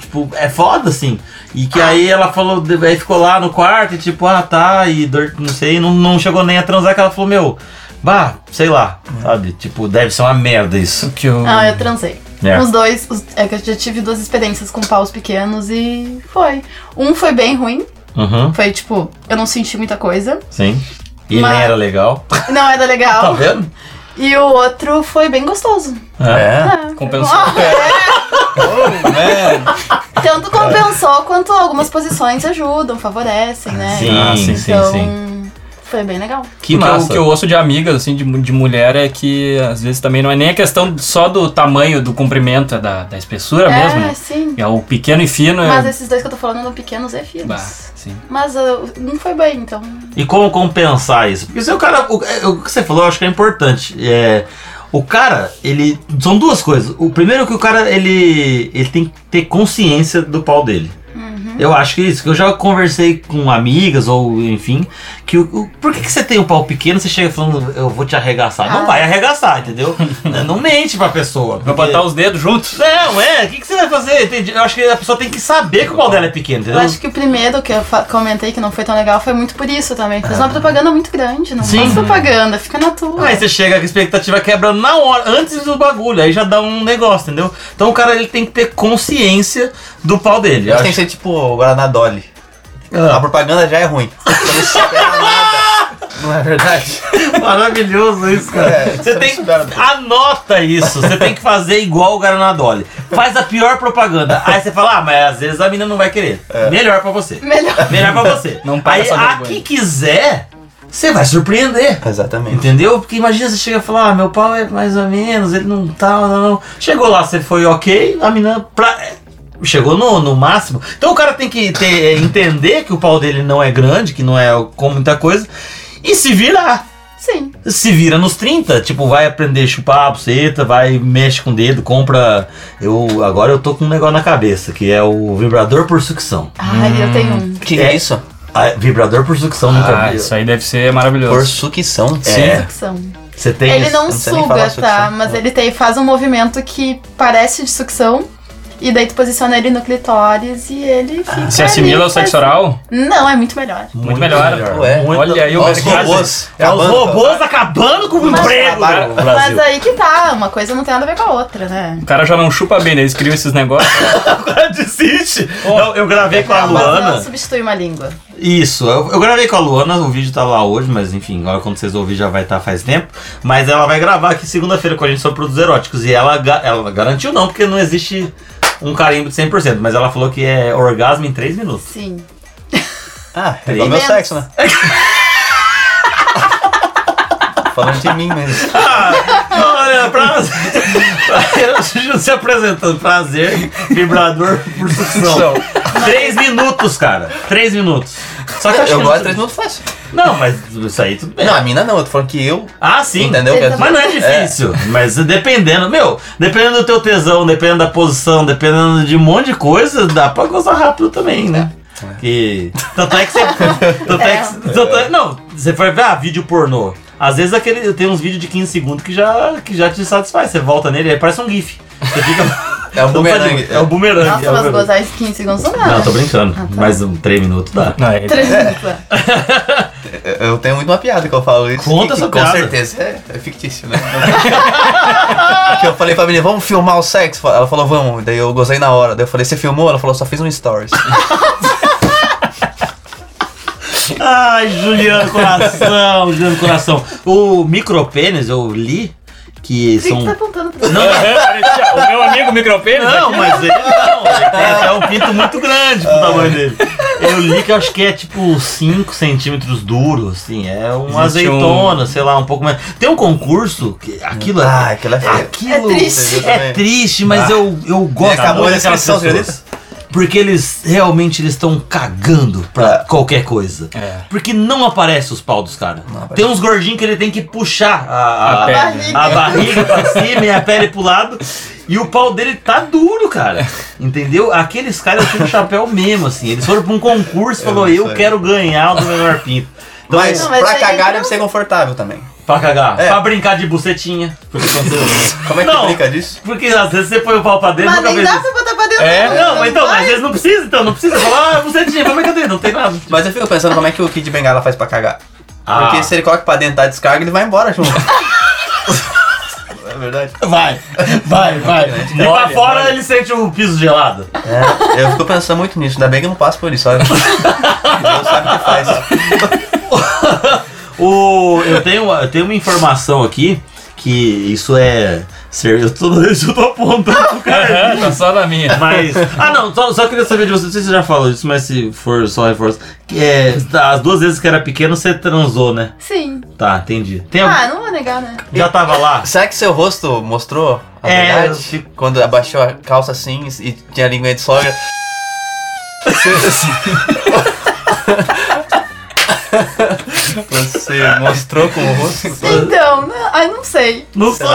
Speaker 1: Tipo, é foda assim. E que aí ela falou, aí ficou lá no quarto e tipo, ah tá, e dor, não sei, não, não chegou nem a transar, que ela falou, meu, bah, sei lá, sabe? Tipo, deve ser uma merda isso.
Speaker 8: que eu...
Speaker 7: Ah, eu transei.
Speaker 1: É.
Speaker 7: Os dois, os- é que eu já tive duas experiências com paus pequenos e foi. Um foi bem ruim,
Speaker 1: Uhum,
Speaker 7: foi tipo, eu não senti muita
Speaker 8: *laughs*
Speaker 7: coisa,
Speaker 1: sim. E nem
Speaker 7: Mas-
Speaker 1: era legal.
Speaker 7: não era
Speaker 1: Tá
Speaker 7: legal.
Speaker 1: vendo?
Speaker 7: e o outro foi bem gostoso.
Speaker 5: É.
Speaker 7: É, *laughs*
Speaker 8: Compensou.
Speaker 7: foi bom.
Speaker 5: Man,
Speaker 7: Oh, Tanto
Speaker 8: É.
Speaker 7: compensou quanto algumas posições ajudam, favorecem, né?
Speaker 8: Ah, sim,
Speaker 7: então, foi bem legal.
Speaker 1: Que
Speaker 8: Porque
Speaker 1: massa.
Speaker 8: o que eu ouço de amigas, assim, de, mu- de mulher é que às vezes também não é nem a questão só do tamanho, do comprimento, é da, da espessura mesmo.
Speaker 7: É,
Speaker 8: né?
Speaker 7: sim.
Speaker 8: É o pequeno e fino.
Speaker 7: Mas é
Speaker 8: é...
Speaker 7: esses dois que eu tô falando eram pequenos e finos.
Speaker 8: Bah, sim.
Speaker 7: Mas uh, não foi bem, então.
Speaker 1: E como compensar isso? Porque se o cara. O, é, o que você falou, eu acho que é importante. É, o cara, ele. São duas coisas. O primeiro é que o cara, ele. Ele tem que ter consciência do pau dele. Eu acho que é isso, que eu já conversei com amigas ou enfim, que o, o- por que, que você tem o pau pequeno você chega falando eu vou te arregaçar? Não
Speaker 7: Ah.
Speaker 1: vai arregaçar, *laughs* entendeu? não mente pra pessoa.
Speaker 8: Vai
Speaker 1: porque-
Speaker 8: botar os dedos juntos.
Speaker 1: Não, é, o que, que você vai fazer? Entendi. Eu acho que a pessoa tem que saber que o pau dela é pequeno,
Speaker 7: Eu
Speaker 1: entendeu?
Speaker 7: acho que o primeiro que eu fa- comentei que não foi tão legal foi muito por isso também. Fiz uma propaganda é muito grande, não
Speaker 1: Sim.
Speaker 7: faz propaganda, fica na tua.
Speaker 1: Aí você chega com a expectativa quebrando na hora, antes do bagulho, aí já dá um negócio, entendeu? Então o cara ele tem que ter consciência do pau dele.
Speaker 5: Eu
Speaker 1: Eu
Speaker 5: acho que tem que ser tipo o Guaraná Dolly. A
Speaker 1: Ah,
Speaker 5: propaganda já é ruim. Você não supera nada. Não é verdade?
Speaker 1: *laughs* maravilhoso isso, cara.
Speaker 5: É,
Speaker 1: você
Speaker 5: você
Speaker 1: tem
Speaker 5: não espera.
Speaker 1: anota isso, você tem que fazer igual o Garanadoli. Faz a pior propaganda. Aí você fala: "Ah, mas às vezes a mina não vai querer". Melhor pra você.
Speaker 7: Melhor.
Speaker 1: Melhor pra você.
Speaker 8: Não paga
Speaker 1: Aí
Speaker 8: essa
Speaker 1: a
Speaker 8: vergonha.
Speaker 1: que quiser, você vai surpreender.
Speaker 5: Exatamente.
Speaker 1: Entendeu? Porque imagina você chega e fala, ah, meu pau é mais ou menos, ele não tá, não, não. Chegou lá, você foi ok, a mina. Pra... Chegou no, no máximo. Então o cara tem que ter- entender que o pau dele não é grande, que não é com muita coisa, e se virar.
Speaker 7: Sim.
Speaker 1: Se vira nos 30, tipo, vai aprender a chupar a buceta, vai, mexe com o dedo, compra. Eu agora eu tô com um negócio na cabeça, que é o vibrador por sucção.
Speaker 7: Ai, eu tenho um.
Speaker 5: Que é isso?
Speaker 1: Ah, vibrador por sucção, nunca
Speaker 8: Ah,
Speaker 1: vi.
Speaker 8: isso aí deve ser maravilhoso.
Speaker 5: Por sucção.
Speaker 1: É,
Speaker 7: Sucção.
Speaker 1: você tem
Speaker 7: um. Ele
Speaker 1: isso?
Speaker 7: não,
Speaker 5: sei nem
Speaker 7: suga,
Speaker 5: falar
Speaker 7: tá?
Speaker 5: sucção.
Speaker 7: Mas ele tem, faz um movimento que parece de sucção. E daí tu posiciona ele no clitóris e ele fica.
Speaker 8: Se assimila
Speaker 7: ali,
Speaker 8: ao sexo
Speaker 7: faz-
Speaker 8: oral?
Speaker 7: Não, é muito melhor.
Speaker 8: Muito melhor.
Speaker 5: Ué,
Speaker 8: Olha aí o
Speaker 5: Ó, os
Speaker 8: mercado.
Speaker 5: robôs.
Speaker 1: É os
Speaker 5: acabando,
Speaker 1: robôs acabando com o
Speaker 7: Mas-
Speaker 1: emprego,
Speaker 5: Acabaram
Speaker 1: né?
Speaker 5: com o
Speaker 7: Mas aí que tá, uma coisa não tem nada a ver com a outra, né?
Speaker 8: O cara já não chupa bem, né? Eles criam esses negócios.
Speaker 1: cara desiste. Não, eu
Speaker 5: é
Speaker 1: gravei com a
Speaker 7: Não, Mas não
Speaker 1: Luana.
Speaker 7: substitui uma língua.
Speaker 1: Isso, eu, eu gravei com a Luana, o vídeo tá lá hoje, mas enfim, agora quando vocês ouvirem já vai estar faz tempo. Mas ela vai gravar aqui segunda-feira com a gente sobre produtos eróticos. E ela, ga- ela garantiu não, porque não existe um carimbo de 100%, mas ela falou que é orgasmo em 3
Speaker 5: *laughs*
Speaker 1: minutos.
Speaker 7: Sim.
Speaker 5: Ah, é igual
Speaker 7: E
Speaker 5: meu
Speaker 7: menos.
Speaker 5: sexo, né? *laughs* Falando de mim mesmo.
Speaker 1: Olha, prazer. Prazer, se apresentando. Prazer, vibrador por sucção. Três minutos, cara. Três minutos. Só que acho
Speaker 5: Eu
Speaker 1: que
Speaker 5: gosto de
Speaker 1: não-
Speaker 5: 3 minutos fácil.
Speaker 1: Não, mas isso aí tudo bem.
Speaker 5: Não, a mina não, eu tô falando que eu.
Speaker 1: Ah, sim.
Speaker 5: Entendeu?
Speaker 7: Ele tá
Speaker 1: Mas não é difícil. Mas dependendo, meu, dependendo do teu tesão, dependendo da posição, dependendo de um monte de coisa, dá pra gozar rápido também, né? Que. Tanto é que você. tanto é que- tanto é- não, você vai ver ah, vídeo pornô. Às vezes aquele, tem uns vídeos de 15 segundos que já, que já te satisfaz. Você volta nele, aí parece um GIF. Você fica.
Speaker 5: É
Speaker 1: *laughs* Não
Speaker 5: um
Speaker 1: pode-
Speaker 5: bumerangue.
Speaker 1: É o bumerangue. é
Speaker 7: Nossa,
Speaker 1: o
Speaker 7: mas
Speaker 1: bumerangue.
Speaker 7: gozar em 15 segundos não dá.
Speaker 1: Não,
Speaker 7: né?
Speaker 1: tô brincando.
Speaker 7: Ah, tá.
Speaker 1: Mais um 3 minutos dá.
Speaker 8: Não, é-
Speaker 7: Três minutos, né?
Speaker 5: Eu tenho muito uma piada que eu falo isso.
Speaker 1: Conta
Speaker 5: que,
Speaker 1: essa
Speaker 5: que, com
Speaker 1: piada.
Speaker 5: certeza é, é fictício, né? *laughs* que eu falei pra menina, vamos filmar o sexo? Ela falou, vamos. Daí eu gozei na hora. Daí eu falei, você filmou? Ela falou, só fiz
Speaker 1: *laughs*
Speaker 5: um stories.
Speaker 1: Ai, Juliano Coração, Juliano Coração. O micropênis, eu li que
Speaker 7: Por que que
Speaker 1: são.
Speaker 7: tá apontando pra
Speaker 8: Não, parecia- o meu amigo micropênis. né?
Speaker 1: Não, mas ele não. Ele tem até um pinto muito grande
Speaker 5: Ah.
Speaker 1: pro tamanho dele. Eu li que eu acho que é tipo 5 centímetros duro, assim. É um
Speaker 8: Existe
Speaker 1: azeitona, sei lá, um pouco mais. Tem um concurso que aquilo é.
Speaker 5: Ah, aquilo é feio.
Speaker 1: Aquilo
Speaker 7: É triste.
Speaker 5: Você viu
Speaker 1: É
Speaker 5: também?
Speaker 1: triste, mas eu, eu gosto
Speaker 5: acabou
Speaker 1: muito
Speaker 5: a
Speaker 1: daquelas
Speaker 5: inscrição, você
Speaker 1: pessoas. Porque eles realmente eles estão cagando
Speaker 5: É.
Speaker 1: pra qualquer coisa. Porque não aparece os pau dos caras. Tem uns gordinhos que ele tem que puxar a,
Speaker 8: A
Speaker 1: a,
Speaker 8: pele.
Speaker 1: a barriga pra cima e a pele pro lado. E o pau dele tá duro, cara. Entendeu? Aqueles caras eu tiro o chapéu mesmo, assim. Eles foram pra um concurso e falou,
Speaker 5: não
Speaker 1: eu
Speaker 5: sei.
Speaker 1: quero ganhar o do menor pinto. Então,
Speaker 5: Mas,
Speaker 7: Não, mas
Speaker 5: pra
Speaker 7: aí
Speaker 5: cagar
Speaker 7: não.
Speaker 1: um
Speaker 5: deve ser confortável também.
Speaker 1: pra cagar,
Speaker 5: É.
Speaker 1: pra brincar de bucetinha. Porque quando você-
Speaker 5: Como é que
Speaker 1: Não.
Speaker 5: brinca disso?
Speaker 1: Porque às vezes você põe o pau pra dentro
Speaker 7: Mas
Speaker 1: nunca
Speaker 7: nem
Speaker 1: fez
Speaker 7: dá
Speaker 1: isso.
Speaker 7: pra botar pra dentro. né?
Speaker 8: É?
Speaker 1: Não, mas então, mas às vezes não precisa, então, não precisa falar, ah, você tinha, como é que eu dei? Não tem nada.
Speaker 5: Mas eu fico pensando como é que o Kid Bengala faz pra cagar.
Speaker 1: Ah.
Speaker 5: Porque se ele coloca pra dentro da descarga, ele vai
Speaker 1: *laughs*
Speaker 5: embora junto. é verdade.
Speaker 1: Vai, vai, vai. E pra fora ele sente o piso gelado.
Speaker 5: É, eu fico pensando muito nisso. Ainda bem que eu não passo por
Speaker 1: *laughs*
Speaker 5: isso, sabe? Deus sabe o que faz.
Speaker 1: O, eu, tenho, eu tenho uma informação aqui que isso é. ser- Eu tô, *laughs* eu tô apontando pro cara.
Speaker 8: Aham, tá só na minha.
Speaker 1: Mas. Ah, não, só, só queria saber de você. Não sei se você já falou disso, mas se for só reforço. Que É, as duas vezes que era pequeno você transou, né?
Speaker 7: Sim.
Speaker 1: Tá, entendi. Tem algum-
Speaker 7: Ah, não vou negar, né?
Speaker 1: Já tava lá?
Speaker 5: Será que seu rosto mostrou a
Speaker 1: É, eu
Speaker 5: verdade?
Speaker 1: fico-
Speaker 5: Quando abaixou a calça assim e tinha a linguinha de sogra? Você... Você mostrou com o rosto?
Speaker 1: Tipo,
Speaker 7: Então, não, ai, não sei.
Speaker 1: Não sei. *laughs*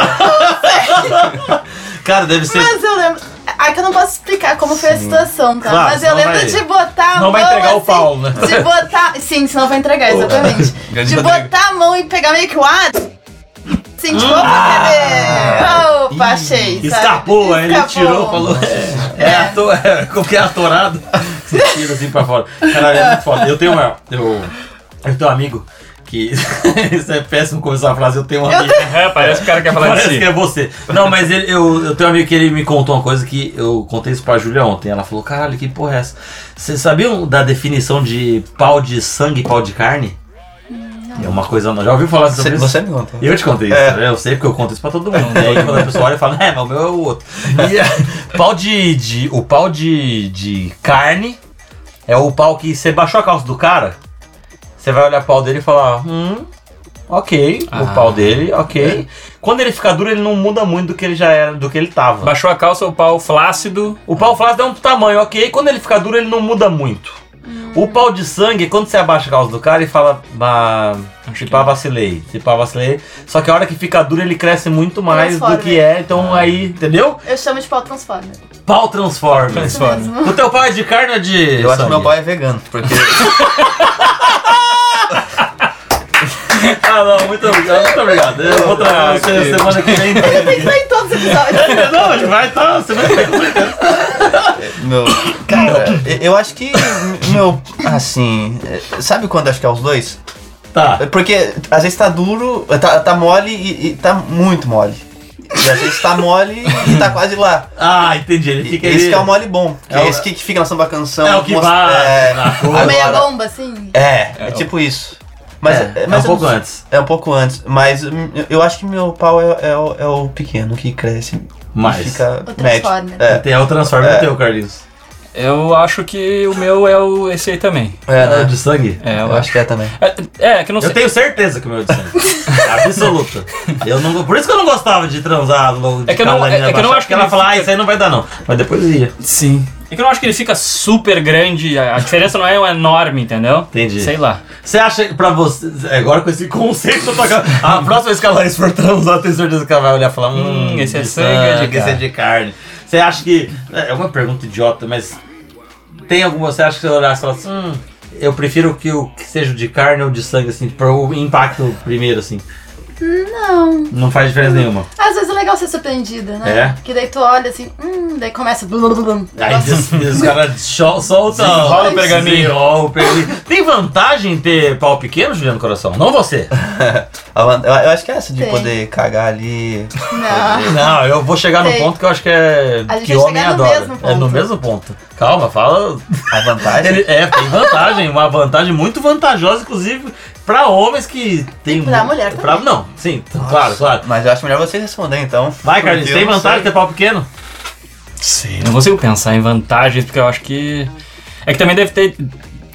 Speaker 1: Cara, deve ser.
Speaker 7: Mas eu lembro. Ah, que eu não posso explicar como foi a situação, tá?
Speaker 1: Claro,
Speaker 7: Mas eu
Speaker 1: senão
Speaker 7: lembro
Speaker 1: vai-
Speaker 7: de botar a
Speaker 8: não
Speaker 7: mão.
Speaker 8: vai entregar o
Speaker 7: assim,
Speaker 8: pau, né?
Speaker 7: De botar. Sim, senão vai
Speaker 1: *laughs*
Speaker 7: entregar, exatamente.
Speaker 5: Grande
Speaker 7: de
Speaker 5: Rodrigo.
Speaker 7: botar a mão e pegar meio que o ar. Sim, tipo, opa, cadê? Opa, achei. sabe?
Speaker 1: Ah! Escapou, aí ele
Speaker 7: Escapou.
Speaker 1: tirou, falou. É, é, ator, é qualquer atorado. Você tira assim pra fora. Caralho, é muito foda. Eu tenho uma. Eu, eu tenho um amigo que. *laughs* Isso é péssimo começar a frase. Eu tenho um amigo.
Speaker 8: Aham, É, parece que o cara quer falar de
Speaker 1: Parece
Speaker 8: si.
Speaker 1: que é você. Não, mas ele, eu, eu tenho um amigo que ele me contou uma coisa que eu contei isso pra Júlia ontem. Ela falou: caralho, que porra é essa? Vocês sabiam da definição de pau de sangue e pau de carne? É uma coisa. Já ouviu falar sobre
Speaker 5: Você,
Speaker 1: isso?
Speaker 5: você me contou.
Speaker 1: Eu te contei isso, né? eu sei porque eu conto isso pra todo mundo. né? E aí quando a pessoa olha e fala, é, mas o meu é o outro. E, eh, pau de, de- O pau de, de carne é o pau que você baixou a calça do cara, você vai olhar o pau dele e falar, hum, Ok, o pau dele, ok. Quando ele fica duro, ele não muda muito do que ele já era, do que ele tava.
Speaker 8: Baixou a calça, o pau flácido.
Speaker 1: O pau flácido é um tamanho, ok. Quando ele fica duro, ele não muda muito. O pau de sangue, quando você abaixa a calça do cara e fala, bah, se
Speaker 5: é.
Speaker 1: pá, vacilei, se pá, vacilei. Só que a hora que fica duro, ele cresce muito mais do
Speaker 7: Transforma.
Speaker 1: que é, então
Speaker 5: Ah.
Speaker 1: aí, entendeu?
Speaker 7: Eu chamo de pau transformer.
Speaker 1: Pau transforma.
Speaker 7: Isso mesmo.
Speaker 1: O teu pau é de carne ou de.
Speaker 5: Eu acho que
Speaker 1: sangue?
Speaker 5: meu pai é vegano, porque.
Speaker 1: Ah, não, muito obrigado,
Speaker 5: *laughs*
Speaker 1: muito obrigado. Eu vou trazer você semana que vem.
Speaker 7: Tem que estar em todos os
Speaker 1: *laughs*
Speaker 7: episódios.
Speaker 1: Não, a gente vai estar semana que vem.
Speaker 5: meu. Cara, eu- eu acho que. Meu. Assim. é, Sabe quando acho que é os dois?
Speaker 1: Tá.
Speaker 5: É Porque às vezes tá duro, tá, tá mole e, e tá muito mole. E às vezes tá mole e tá quase lá.
Speaker 1: Ah, entendi. Ele fica
Speaker 5: esse
Speaker 1: ali-
Speaker 5: que é o mole bom. Que
Speaker 1: É
Speaker 5: é,
Speaker 1: o-
Speaker 5: esse que, que fica na samba canção.
Speaker 1: É o que
Speaker 5: mostra-
Speaker 1: vai,
Speaker 5: É,
Speaker 1: na cor.
Speaker 5: agora-
Speaker 7: Meia bomba, assim.
Speaker 5: é, é tipo isso. Mas,
Speaker 1: É, é um
Speaker 5: mas eu-
Speaker 1: pouco antes.
Speaker 5: É um pouco antes. Mas hum, eu acho que meu pau é, é o, é o pequeno que cresce.
Speaker 1: Mas-
Speaker 5: E fica
Speaker 7: O
Speaker 5: médio.
Speaker 7: Transformer.
Speaker 5: É,
Speaker 1: Tem é o transforme
Speaker 5: É.
Speaker 1: do teu, Carlinhos.
Speaker 8: Eu acho que o meu é o esse aí também.
Speaker 5: é, né?
Speaker 1: de sangue?
Speaker 8: É, eu
Speaker 5: Eu acho que é também.
Speaker 8: É, é que eu não
Speaker 1: Eu
Speaker 8: sei.
Speaker 1: tenho certeza que o meu é de sangue.
Speaker 8: *laughs*
Speaker 1: Absoluta. Eu não, por isso que eu não gostava de transar no de
Speaker 8: É que eu não-
Speaker 1: cara na
Speaker 8: é- é que eu não
Speaker 1: baixada,
Speaker 8: acho
Speaker 1: porque
Speaker 8: que
Speaker 1: ela
Speaker 8: ele
Speaker 1: fala, ah,
Speaker 8: fica-
Speaker 1: isso aí não vai dar não. Mas depois ia.
Speaker 8: Sim. É que eu não acho que ele fica super grande. A a diferença não é enorme, entendeu?
Speaker 1: Entendi.
Speaker 8: Sei lá.
Speaker 1: Você acha que pra você. Agora com esse conceito da tua cara- A próxima vez que a Laís for transar, eu tenho certeza que ela vai olhar e falar: hum,
Speaker 8: Hum, esse é
Speaker 1: de
Speaker 8: sangue, é de
Speaker 1: esse é
Speaker 8: carne.
Speaker 1: de carne. Você acha que. É uma pergunta idiota, mas. Tem alguma. Você acha que se eu olhar e falar assim: hum, eu prefiro que, o, que seja de carne ou de sangue, assim, pro impacto primeiro, assim.
Speaker 7: Não.
Speaker 1: Não faz diferença nenhuma.
Speaker 7: Às vezes é legal ser surpreendida, né?
Speaker 1: É?
Speaker 7: Porque daí tu olha assim, hum, daí começa. Blum, blum, blum.
Speaker 1: *laughs*
Speaker 7: assim, né?
Speaker 1: Aí des- os caras sol- soltam.
Speaker 8: Desenrola
Speaker 7: o
Speaker 8: pergaminho.
Speaker 1: Desenrola o pergaminho. Tem vantagem ter pau pequeno, Juliano Coração? Não você.
Speaker 5: A van- Eu eu acho que é essa de
Speaker 7: Tem.
Speaker 5: poder cagar ali.
Speaker 1: *laughs*
Speaker 7: Não.
Speaker 1: Não, eu vou chegar no
Speaker 7: Sei.
Speaker 1: ponto que eu acho que é.
Speaker 7: A gente
Speaker 1: que
Speaker 7: vai
Speaker 1: homem
Speaker 7: chegar no
Speaker 1: adora.
Speaker 7: mesmo
Speaker 1: É no
Speaker 7: ponto.
Speaker 1: mesmo ponto. Calma, fala.
Speaker 5: A vantagem.
Speaker 1: Ele- é, tem vantagem, uma vantagem muito vantajosa, inclusive, pra homens que tem.
Speaker 7: pra mulher
Speaker 1: pra-
Speaker 7: também.
Speaker 1: Não, sim, t- claro, claro.
Speaker 5: Mas eu acho melhor você responder então.
Speaker 1: Vai, Carlinhos,
Speaker 5: Porque eu
Speaker 1: tem
Speaker 5: não
Speaker 1: vantagem
Speaker 5: sei.
Speaker 1: ter pau pequeno?
Speaker 8: Sei, não consigo pensar em vantagens, porque eu acho que. É que também deve ter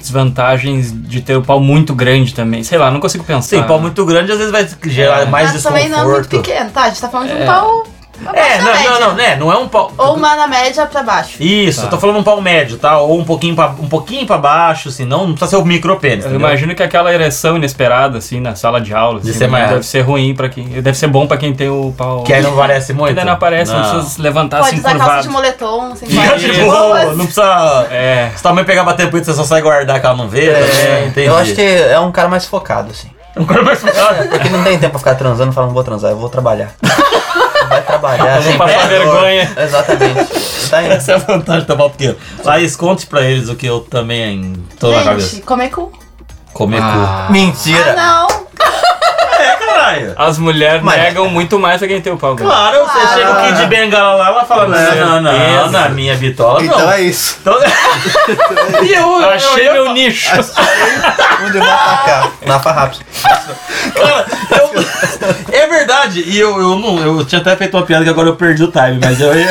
Speaker 8: desvantagens de ter o pau muito grande também. Sei lá, não consigo pensar.
Speaker 1: Sim, pau muito grande às vezes vai gerar
Speaker 8: É.
Speaker 1: mais
Speaker 7: Mas também não é muito
Speaker 1: desconforto.
Speaker 7: pequeno, tá? A gente tá falando de um
Speaker 8: É.
Speaker 7: pau abaixo
Speaker 1: É,
Speaker 7: da
Speaker 1: não,
Speaker 7: média.
Speaker 1: não, não, né? Não é um pau.
Speaker 7: Ou uma na média pra baixo.
Speaker 1: Isso, eu tô falando um pau médio, tá? Ou um pouquinho pra, um pouquinho pra baixo, assim, não, não precisa ser o micro pênis.
Speaker 8: Eu
Speaker 1: entendeu?
Speaker 8: imagino que aquela ereção inesperada, assim, na sala de aula,
Speaker 1: De
Speaker 8: assim,
Speaker 1: ser maior.
Speaker 8: deve ser ruim para quem. Deve ser bom pra quem tem o pau.
Speaker 1: Que aí não parece muito.
Speaker 8: Que daí não aparece, não, precisa se levantar
Speaker 7: Pode
Speaker 8: assim
Speaker 7: usar calça
Speaker 8: curvado.
Speaker 7: de moletom, assim, sem
Speaker 1: Fica *laughs* de boa, não precisa.
Speaker 8: É.
Speaker 1: Se tua mãe pegar bater punheta, você só sai guardar que ela não vê. né?
Speaker 5: É,
Speaker 1: entendi. *laughs*
Speaker 5: eu acho que é um cara mais focado, assim.
Speaker 1: Um cara mais focado.
Speaker 5: Porque É não tem tempo pra ficar transando e falar, não vou transar, eu
Speaker 1: *laughs*
Speaker 5: vou trabalhar. Vai trabalhar,
Speaker 8: Eu vou
Speaker 5: gente.
Speaker 8: passar vergonha.
Speaker 5: Exatamente. Tá indo.
Speaker 1: Essa é a vantagem do pau pequeno. Laís, conte pra eles o que eu também tô na cabeça.
Speaker 7: Gente, como é cu?
Speaker 1: Comer
Speaker 8: Ah.
Speaker 5: Mentira!
Speaker 7: Não,
Speaker 1: cu. Caralho.
Speaker 8: As mulheres
Speaker 5: Mas-
Speaker 8: negam muito mais pra quem tem o pau grande.
Speaker 1: Claro, você
Speaker 7: Claro.
Speaker 1: chega o Kid Bengala lá, ela fala, não, não, não,
Speaker 8: certeza.
Speaker 1: na minha bitola,
Speaker 5: Então
Speaker 1: não.
Speaker 5: é isso.
Speaker 1: Então... e eu, eu-
Speaker 8: Achei
Speaker 1: eu-
Speaker 8: meu nicho.
Speaker 5: Onde eu vou atacar? Na farrapos.
Speaker 1: Cara, Então, *laughs* eu- é verdade. E eu, eu não. Eu tinha até feito uma piada que agora eu perdi o time, mas eu ia.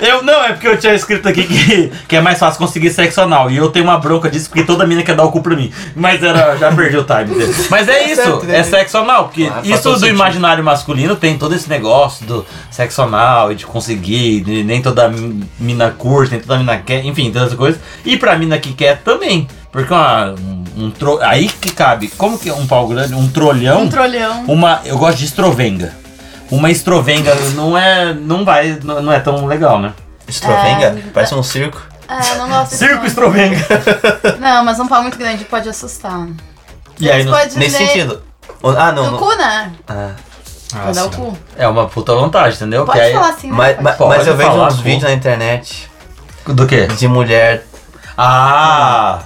Speaker 1: Eu não, é porque eu tinha escrito aqui que, que é mais fácil conseguir sexo anal. E eu tenho uma bronca disso porque toda mina quer dar o cu pra mim. Mas era, já perdi o time. dele. Mas é isso, é sexo anal. Porque isso do imaginário masculino tem todo esse negócio do sexo anal e de conseguir, de nem toda mi- mina curte, nem toda mina quer, enfim, todas essas coisas. E pra mina que quer também. Porque uma, um, um tro- Aí que cabe. Como que é um pau grande? Um trolhão?
Speaker 7: um trolhão.
Speaker 1: Uma. Eu gosto de estrovenga. Uma estrovenga não é. não vai. não, não é tão legal, né?
Speaker 5: Estrovenga?
Speaker 7: É.
Speaker 5: Parece um circo.
Speaker 7: É, não gosto desse nome.
Speaker 1: estrovenga.
Speaker 7: Não, mas um pau muito grande pode assustar.
Speaker 1: E aí
Speaker 7: Eles
Speaker 1: não-
Speaker 7: podem
Speaker 5: Nesse
Speaker 7: dizer
Speaker 5: sentido. Ah, não.
Speaker 7: No
Speaker 5: não.
Speaker 7: cu, né?
Speaker 1: Ah.
Speaker 7: Vai dar o cu.
Speaker 1: É uma puta vantagem, entendeu?
Speaker 7: Pode
Speaker 1: Que aí-
Speaker 7: falar assim, né?
Speaker 5: Mas,
Speaker 7: Pode.
Speaker 5: mas,
Speaker 1: Pode
Speaker 5: mas eu vejo
Speaker 1: falar,
Speaker 5: uns
Speaker 1: pô.
Speaker 5: vídeos na internet
Speaker 1: Do quê?
Speaker 5: de mulher.
Speaker 1: Ah!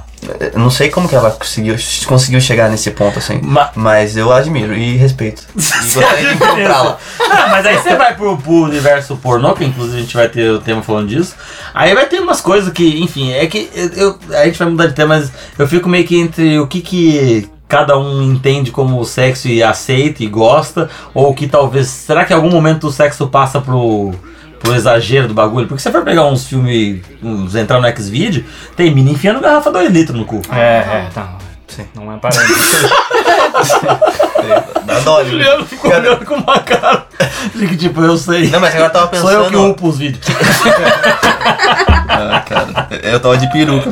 Speaker 5: Eu não sei como que ela conseguiu, conseguiu chegar nesse ponto assim.
Speaker 1: Ma-
Speaker 5: Mas eu admiro e respeito. E gostaria de encontrá-la.
Speaker 1: Ah, mas aí você vai pro, pro universo pornô, que inclusive a gente vai ter o tema falando disso. Aí vai ter umas coisas que, enfim, é que eu, eu- a gente vai mudar de tema, mas eu fico meio que entre o que que cada um entende como sexo e aceita e gosta, ou que talvez, será que em algum momento o sexo passa pro pro exagero do bagulho? Porque se você for pegar uns filmes, uns entrar no X-Video, tem mina enfiando garrafa 2 litros no cu.
Speaker 8: É, é, tá.
Speaker 5: Sim.
Speaker 7: *laughs*
Speaker 8: Não é parâmetro.
Speaker 5: Dá dó,
Speaker 1: O Juliano ficou olhando com uma *laughs* cara tá de que, tipo, eu sei.
Speaker 5: Não, mas agora eu tava pensando.
Speaker 1: Sou eu que um upo os vídeos.
Speaker 5: Ah, cara, eu tava de peruca.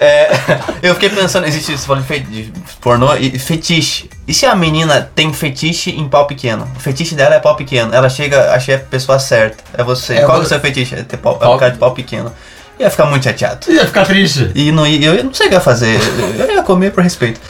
Speaker 5: É, eu fiquei pensando, existe, você falou de, fe- de pornô e fetiche. E se a menina tem fetiche em pau pequeno? O fetiche dela é pau pequeno. Ela chega, achei a pessoa certa. É você. Qual é o seu fetiche? É ter pau, é um cara de pau pequeno. Ia ficar muito chateado.
Speaker 1: Ia ficar triste.
Speaker 5: E não, ia- eu não sei o que ia fazer. Eu ia comer por respeito.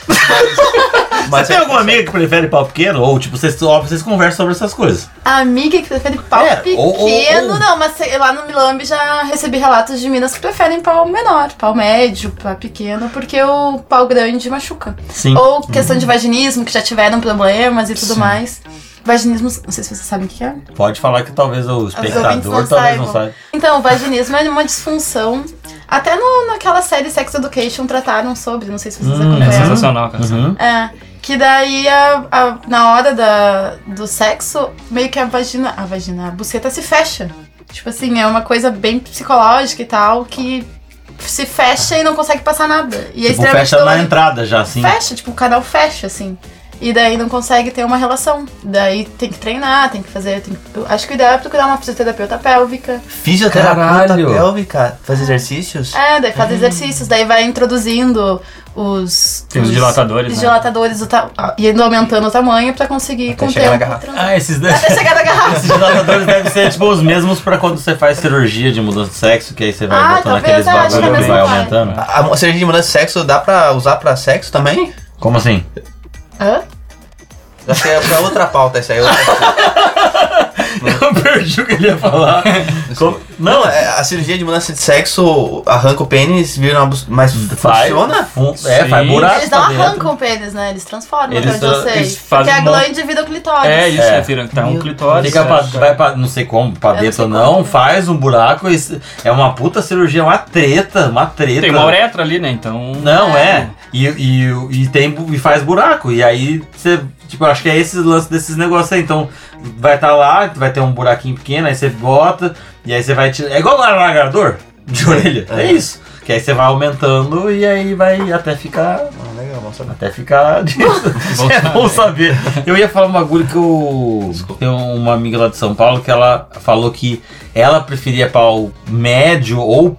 Speaker 5: Mas, mas
Speaker 10: Você tem
Speaker 5: eu-
Speaker 10: alguma amiga que prefere pau pequeno? Ou, tipo, vocês, óbvio, vocês conversam sobre essas coisas.
Speaker 7: A amiga que prefere pau
Speaker 5: É,
Speaker 7: pequeno.
Speaker 5: ou- ou- ou-
Speaker 7: Não, mas sei lá no Milambi já recebi relatos de minas que preferem pau menor, pau médio, pau pequeno, porque o pau grande machuca.
Speaker 1: Sim.
Speaker 7: Ou questão
Speaker 5: Uhum.
Speaker 7: de vaginismo, que já tiveram problemas e tudo mais. Vaginismo, não sei se vocês sabem o que é.
Speaker 1: Pode falar que talvez o
Speaker 7: ouvintes
Speaker 1: espectador
Speaker 7: não
Speaker 1: talvez não
Speaker 7: saibam.
Speaker 1: saiba.
Speaker 7: Então, o vaginismo é uma disfunção. Até no, naquela série Sex Education trataram sobre, não sei se
Speaker 5: Hum,
Speaker 7: vocês
Speaker 8: É
Speaker 7: acompanharam.
Speaker 8: sensacional, cara.
Speaker 1: Uhum.
Speaker 7: É, que daí a- a- na hora da, do sexo, meio que a vagina, a vagina, a buceta se fecha. Tipo assim, é uma coisa bem psicológica e tal, que se fecha e não consegue passar nada. E é
Speaker 1: Tipo,
Speaker 7: extremamente
Speaker 1: fecha na
Speaker 7: dolorido.
Speaker 1: entrada já, assim.
Speaker 7: Fecha, tipo, o canal fecha, assim. E daí não consegue ter uma relação. Daí tem que treinar, tem que fazer. tem que- Acho que o ideal é procurar uma fisioterapeuta pélvica.
Speaker 5: Fisioterapeuta
Speaker 1: Caralho.
Speaker 5: pélvica? Fazer exercícios?
Speaker 7: É, daí faz exercícios, daí vai introduzindo os.
Speaker 8: Tem os dilatadores,
Speaker 7: Os
Speaker 8: né?
Speaker 7: dilatadores do ta- e indo aumentando o tamanho pra conseguir
Speaker 5: Até
Speaker 7: conter.
Speaker 5: chegar na
Speaker 7: o
Speaker 5: garrafa.
Speaker 7: trans-
Speaker 1: Ah, esses dois. *laughs*
Speaker 7: Até chegar na garrafa.
Speaker 1: Esses *laughs* dilatadores devem ser tipo os mesmos pra quando você faz cirurgia de mudança de sexo, que aí você vai
Speaker 7: Ah,
Speaker 1: botando
Speaker 7: talvez,
Speaker 1: aqueles
Speaker 7: eu acho que
Speaker 1: bagulho
Speaker 7: é
Speaker 1: e vai
Speaker 7: mesmo, vai.
Speaker 1: aumentando.
Speaker 5: A, a cirurgia de mudança de sexo dá pra usar pra sexo também?
Speaker 1: Como *laughs* assim?
Speaker 7: Hã?
Speaker 5: Acho que é pra outra pauta essa aí.
Speaker 1: Eu perdi o que ele ia falar. *laughs* Como- Não, é.
Speaker 5: É, a cirurgia de mudança de sexo arranca o pênis, vira uma. bus- Mas
Speaker 1: Faz,
Speaker 5: funciona?
Speaker 1: fun- é, faz
Speaker 8: Sim.
Speaker 1: buraco.
Speaker 7: Eles não
Speaker 1: pra dentro.
Speaker 7: arrancam o pênis, né? Eles transformam
Speaker 1: Eles
Speaker 7: até onde eu
Speaker 1: tra-
Speaker 7: sei.
Speaker 8: eles
Speaker 7: Porque
Speaker 8: fazem
Speaker 7: a
Speaker 8: um monte-
Speaker 7: glande vira o clitóris.
Speaker 8: É isso,
Speaker 1: É.
Speaker 8: é. vira tá um clitóris.
Speaker 1: Fica pra,
Speaker 8: é.
Speaker 1: vai pra não sei como, pra
Speaker 7: não
Speaker 1: dentro
Speaker 7: sei
Speaker 1: ou não, faz um buraco. e se- é uma puta cirurgia, uma treta, uma treta.
Speaker 8: Tem uma uretra ali, né? Então.
Speaker 1: Não, é. E, e, e, tem, bu- e faz buraco. E aí você. Tipo, eu acho que é esse lance desses negócios aí. Então, vai estar lá, vai ter um buraquinho pequeno, aí você bota, e aí você vai tirar. É igual um alargador de orelha. É, isso. Que aí você vai aumentando e aí vai até ficar.
Speaker 5: Ah, legal, vamos saber.
Speaker 1: Até ficar. *laughs* é
Speaker 8: né?
Speaker 1: bom saber. Eu ia falar um bagulho que eu. Tem uma amiga lá de São Paulo que ela falou que ela preferia pau médio ou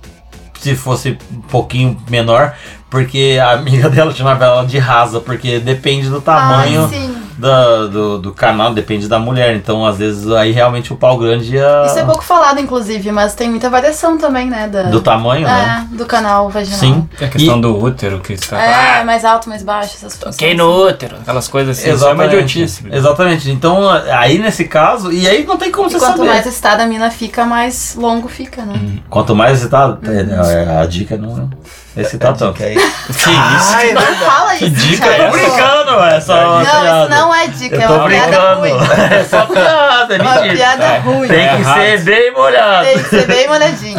Speaker 1: se fosse um pouquinho menor, porque a amiga *laughs* dela chamava ela de rasa, porque depende do tamanho
Speaker 7: Ai, Ah, sim.
Speaker 1: da- do, do canal, depende da mulher. Então, às vezes, aí realmente o pau grande ia.
Speaker 7: Isso é pouco falado, inclusive, mas tem muita variação também, né? Da,
Speaker 1: do tamanho, né?
Speaker 7: é, do canal vaginal.
Speaker 1: Sim.
Speaker 8: É a questão do útero que os caras.
Speaker 7: É, mais alto, mais baixo, essas coisas.
Speaker 8: Toquei no útero. Aquelas coisas assim. Isso é uma idiotice.
Speaker 1: Exatamente. Então, aí nesse caso, e aí não tem como
Speaker 7: E
Speaker 1: você
Speaker 7: quanto
Speaker 1: saber.
Speaker 7: mais excitada a mina fica, mais longo fica, né?
Speaker 1: Quanto mais excitado, é, é, a dica não é excitar tanto.
Speaker 5: Que aí-
Speaker 1: Ai,
Speaker 7: Não fala isso.
Speaker 1: dica
Speaker 7: Thiago.
Speaker 1: é brincando, é só
Speaker 7: Não,
Speaker 1: uma
Speaker 7: isso
Speaker 1: piada.
Speaker 7: não é dica, é
Speaker 1: Eu tô
Speaker 7: uma piada
Speaker 1: brincando.
Speaker 7: ruim.
Speaker 1: *laughs* É só piada, é
Speaker 7: É uma
Speaker 1: mentira.
Speaker 7: piada ruim.
Speaker 1: Tem que
Speaker 8: errado.
Speaker 1: ser bem molhado.
Speaker 7: Tem que ser bem molhadinho.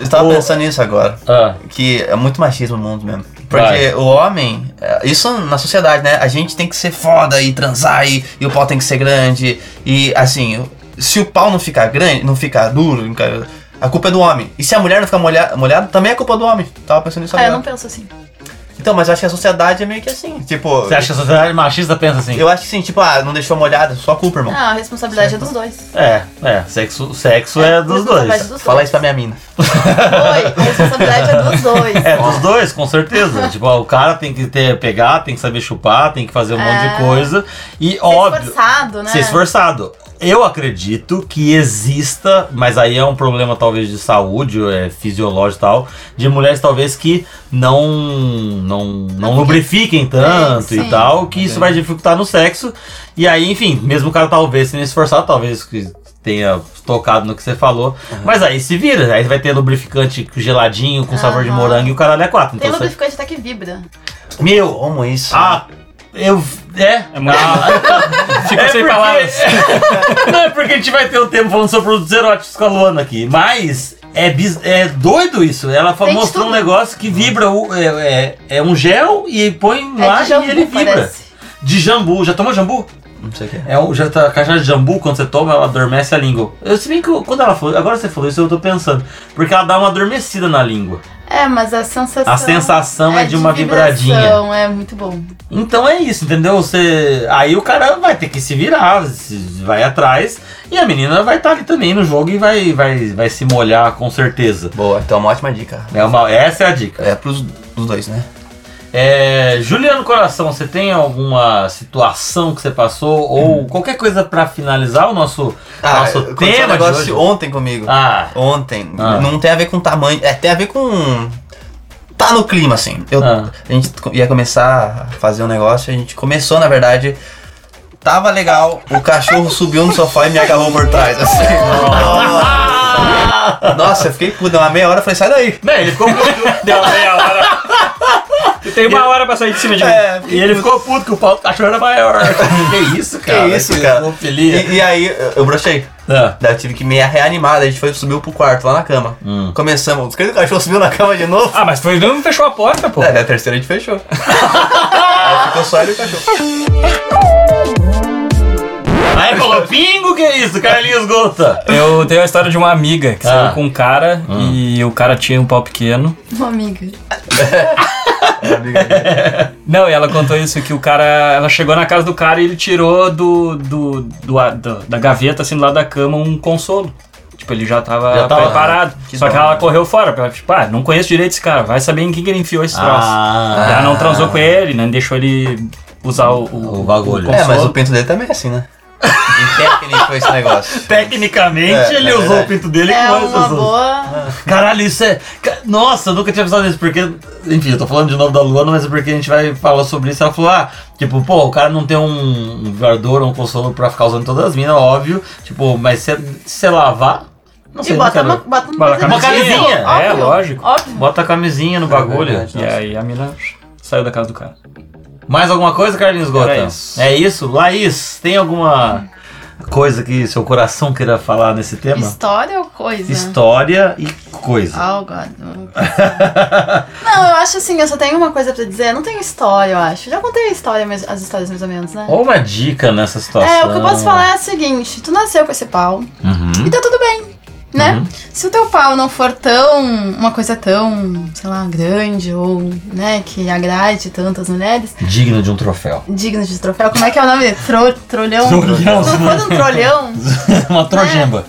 Speaker 5: Eu tava pensando nisso agora.
Speaker 1: Ah,
Speaker 5: Que é muito machismo no mundo mesmo. Porque
Speaker 1: Vai.
Speaker 5: o homem, é, isso na sociedade, né? A gente tem que ser foda e transar e, e o pau tem que ser grande. E assim, se o pau não ficar grande, não ficar duro, não ficar- a culpa é do homem. E se a mulher não ficar molha- molhada, também é culpa do homem. Tava pensando nisso
Speaker 7: Ah, eu
Speaker 5: agora.
Speaker 7: não penso assim.
Speaker 5: Então, mas eu acho que a sociedade é meio que assim. Tipo,
Speaker 1: você acha que a sociedade machista pensa assim?
Speaker 5: eu acho que sim, tipo, ah, não deixou molhada, sua culpa, irmão.
Speaker 7: Ah, a responsabilidade é dos dois.
Speaker 1: É, é. Sexo, sexo é dos
Speaker 7: Responsabilidade
Speaker 1: dois.
Speaker 7: dos
Speaker 5: Fala
Speaker 7: dois.
Speaker 5: isso pra minha mina.
Speaker 7: *laughs* Oi, a responsabilidade é dos dois.
Speaker 1: *laughs* É, dos dois, com certeza. tipo, ó, o cara tem que ter, pegar, tem que saber chupar, tem que fazer um monte
Speaker 7: É.
Speaker 1: de coisa. E
Speaker 7: Ser
Speaker 1: óbvio.
Speaker 7: esforçado, né?
Speaker 1: Ser esforçado. Eu acredito que exista, mas aí é um problema talvez de saúde, é, fisiológico e tal, de mulheres talvez que não não, não lubrifiquem tanto
Speaker 7: É,
Speaker 1: e
Speaker 7: sim.
Speaker 1: tal, que isso vai dificultar no sexo. E aí, enfim, mesmo o cara talvez tenha esforçado, talvez que tenha tocado no que você falou,
Speaker 8: Uhum.
Speaker 1: mas aí se vira, aí vai ter lubrificante geladinho com sabor de
Speaker 7: Aham.
Speaker 1: morango e o caralho é quatro.
Speaker 7: Tem
Speaker 1: Então você...
Speaker 7: lubrificante até que vibra.
Speaker 5: Meu, como isso?
Speaker 1: Ah, eu... É,
Speaker 8: É
Speaker 1: *laughs*
Speaker 8: muito. *laughs* É Fica sem
Speaker 1: porque-
Speaker 8: palavras.
Speaker 1: *laughs* Não é porque a gente vai ter um tempo falando sobre produtos eróticos com a Luana aqui, mas é, bis- é doido isso. Ela fa-
Speaker 7: Tem de
Speaker 1: mostrou um
Speaker 7: tudo.
Speaker 1: negócio que vibra, o- é, é- é um gel e põe
Speaker 7: É
Speaker 1: lá
Speaker 7: de jambu,
Speaker 1: e ele vibra.
Speaker 7: parece.
Speaker 1: De jambu. Já tomou jambu?
Speaker 5: Não sei o que é.
Speaker 1: É o, já tá, a caixa de jambu, quando você toma, ela adormece a língua. Eu, se bem que eu- quando ela falou, agora você falou isso, eu tô pensando. Porque ela dá uma adormecida na língua.
Speaker 7: É, mas a sensação.
Speaker 1: A sensação é de uma
Speaker 7: vibração,
Speaker 1: vibradinha.
Speaker 7: É muito bom.
Speaker 1: Então é isso, entendeu? Você, aí o cara vai ter que se virar, se- vai atrás. E a menina vai estar ali também no jogo e vai, vai, vai se molhar com certeza.
Speaker 5: Boa, então é uma ótima dica.
Speaker 1: É uma, essa é a dica.
Speaker 5: É pros os dois, né?
Speaker 1: É, Juliano Coração, você tem alguma situação que você passou ou qualquer coisa pra finalizar o nosso, nosso
Speaker 5: aconteceu um
Speaker 1: tema de
Speaker 5: negócio
Speaker 1: hoje?
Speaker 5: ontem comigo.
Speaker 1: Ah,
Speaker 5: Ontem.
Speaker 1: Ah.
Speaker 5: Não tem a ver com tamanho. É, tem a ver com. Tá no clima, assim. Eu,
Speaker 1: Ah.
Speaker 5: A gente co- ia começar a fazer um negócio, a gente começou, na verdade. Tava legal, o
Speaker 7: *laughs*
Speaker 5: cachorro subiu no sofá e me agarrou por trás. assim.
Speaker 7: *laughs*
Speaker 1: Ah,
Speaker 5: Nossa. Nossa, eu fiquei puto, deu uma meia hora eu falei, sai daí.
Speaker 8: *laughs* Não, ele ficou puto. Deu meia hora. Tu tem uma hora pra sair de cima de mim.
Speaker 5: É,
Speaker 8: e ele ficou puto que o pau do cachorro era maior.
Speaker 1: tá que isso, cara?
Speaker 5: que isso, cara?
Speaker 1: Pedofilia.
Speaker 5: E, e aí eu- eu brochei.
Speaker 1: Ah.
Speaker 5: Daí eu tive que meia reanimar, daí a gente foi, subiu pro quarto lá na cama. Começamos, o que o cachorro subiu na cama de novo?
Speaker 8: Ah, mas foi não fechou a porta, pô.
Speaker 5: É, daí a terceira a gente *laughs* fechou. aí ficou só ele e o cachorro.
Speaker 1: Aí falou, pingo, que isso, Carlinhos Gota?
Speaker 8: Eu tenho a história de uma amiga que
Speaker 1: Ah.
Speaker 8: saiu com um cara e o cara tinha um pau pequeno.
Speaker 7: Uma amiga.
Speaker 5: É,
Speaker 8: Não, e ela contou isso, que o cara. Ela chegou na casa do cara e ele tirou do. do. do, a- da- da gaveta, assim, do lado da cama, um consolo. Tipo, ele já tava,
Speaker 1: Já tava, né?
Speaker 8: preparado.
Speaker 5: que
Speaker 8: só que
Speaker 5: dó,
Speaker 8: ela
Speaker 5: né?
Speaker 8: correu fora. porque ela, Tipo, ah, não conheço direito esse cara, vai saber em quem que ele enfiou esse troço.
Speaker 1: Ah.
Speaker 8: ela não transou com ele, nem deixou ele usar o. o,
Speaker 1: O bagulho.
Speaker 8: o
Speaker 5: É, mas o
Speaker 8: consolo.
Speaker 5: pinto dele também é assim, né? Em técnica foi esse negócio.
Speaker 1: Tecnicamente,
Speaker 5: É,
Speaker 1: ele
Speaker 5: é
Speaker 1: usou
Speaker 5: verdade.
Speaker 1: o pinto dele
Speaker 7: É
Speaker 1: com essas
Speaker 7: uma
Speaker 1: outras.
Speaker 7: boa.
Speaker 1: Caralho, isso é. ca- Nossa, eu nunca tinha pensado nisso, porque. Enfim, eu tô falando de novo da Luana, mas é porque a gente vai falar sobre isso. Ela falou, ah, tipo, pô, o cara não tem um um vibrador ou um consolo pra ficar usando todas as minas, óbvio. Tipo, mas se você lavar. Não
Speaker 7: E
Speaker 1: sei,
Speaker 7: bota
Speaker 1: né,
Speaker 7: uma,
Speaker 1: cara?
Speaker 7: bota uma,
Speaker 8: Bota
Speaker 7: coisa
Speaker 8: uma
Speaker 7: de
Speaker 1: camisinha.
Speaker 7: visão,
Speaker 8: É,
Speaker 7: óbvio,
Speaker 8: lógico.
Speaker 7: Óbvio.
Speaker 1: Bota a camisinha no bagulho.
Speaker 5: É verdade.
Speaker 8: E aí a mina saiu da casa do cara.
Speaker 1: Mais alguma coisa, Carlinhos Gota?
Speaker 8: Era isso.
Speaker 1: É isso? Laís, tem alguma coisa que seu coração queira falar nesse tema?
Speaker 7: História ou coisa?
Speaker 1: História e coisa.
Speaker 7: Oh, God. Não, eu acho assim, eu só tenho uma coisa pra dizer. Não tenho história, eu acho. Já contei a história, mas- as histórias mais ou menos, né?
Speaker 1: Ou uma dica nessa situação.
Speaker 7: É, o que eu posso falar é o seguinte: tu nasceu com esse pau
Speaker 1: Uhum.
Speaker 7: e tá tudo bem, né? Se o teu pau não for tão. uma coisa tão, sei lá, grande ou, né, que agrade tantas mulheres,
Speaker 1: Digno de um
Speaker 5: *laughs*
Speaker 1: troféu.
Speaker 7: digno de troféu, como é que é o nome? Tro, trolhão?
Speaker 1: Trolhão.
Speaker 7: Se não for um trolhão,
Speaker 1: uma trojemba.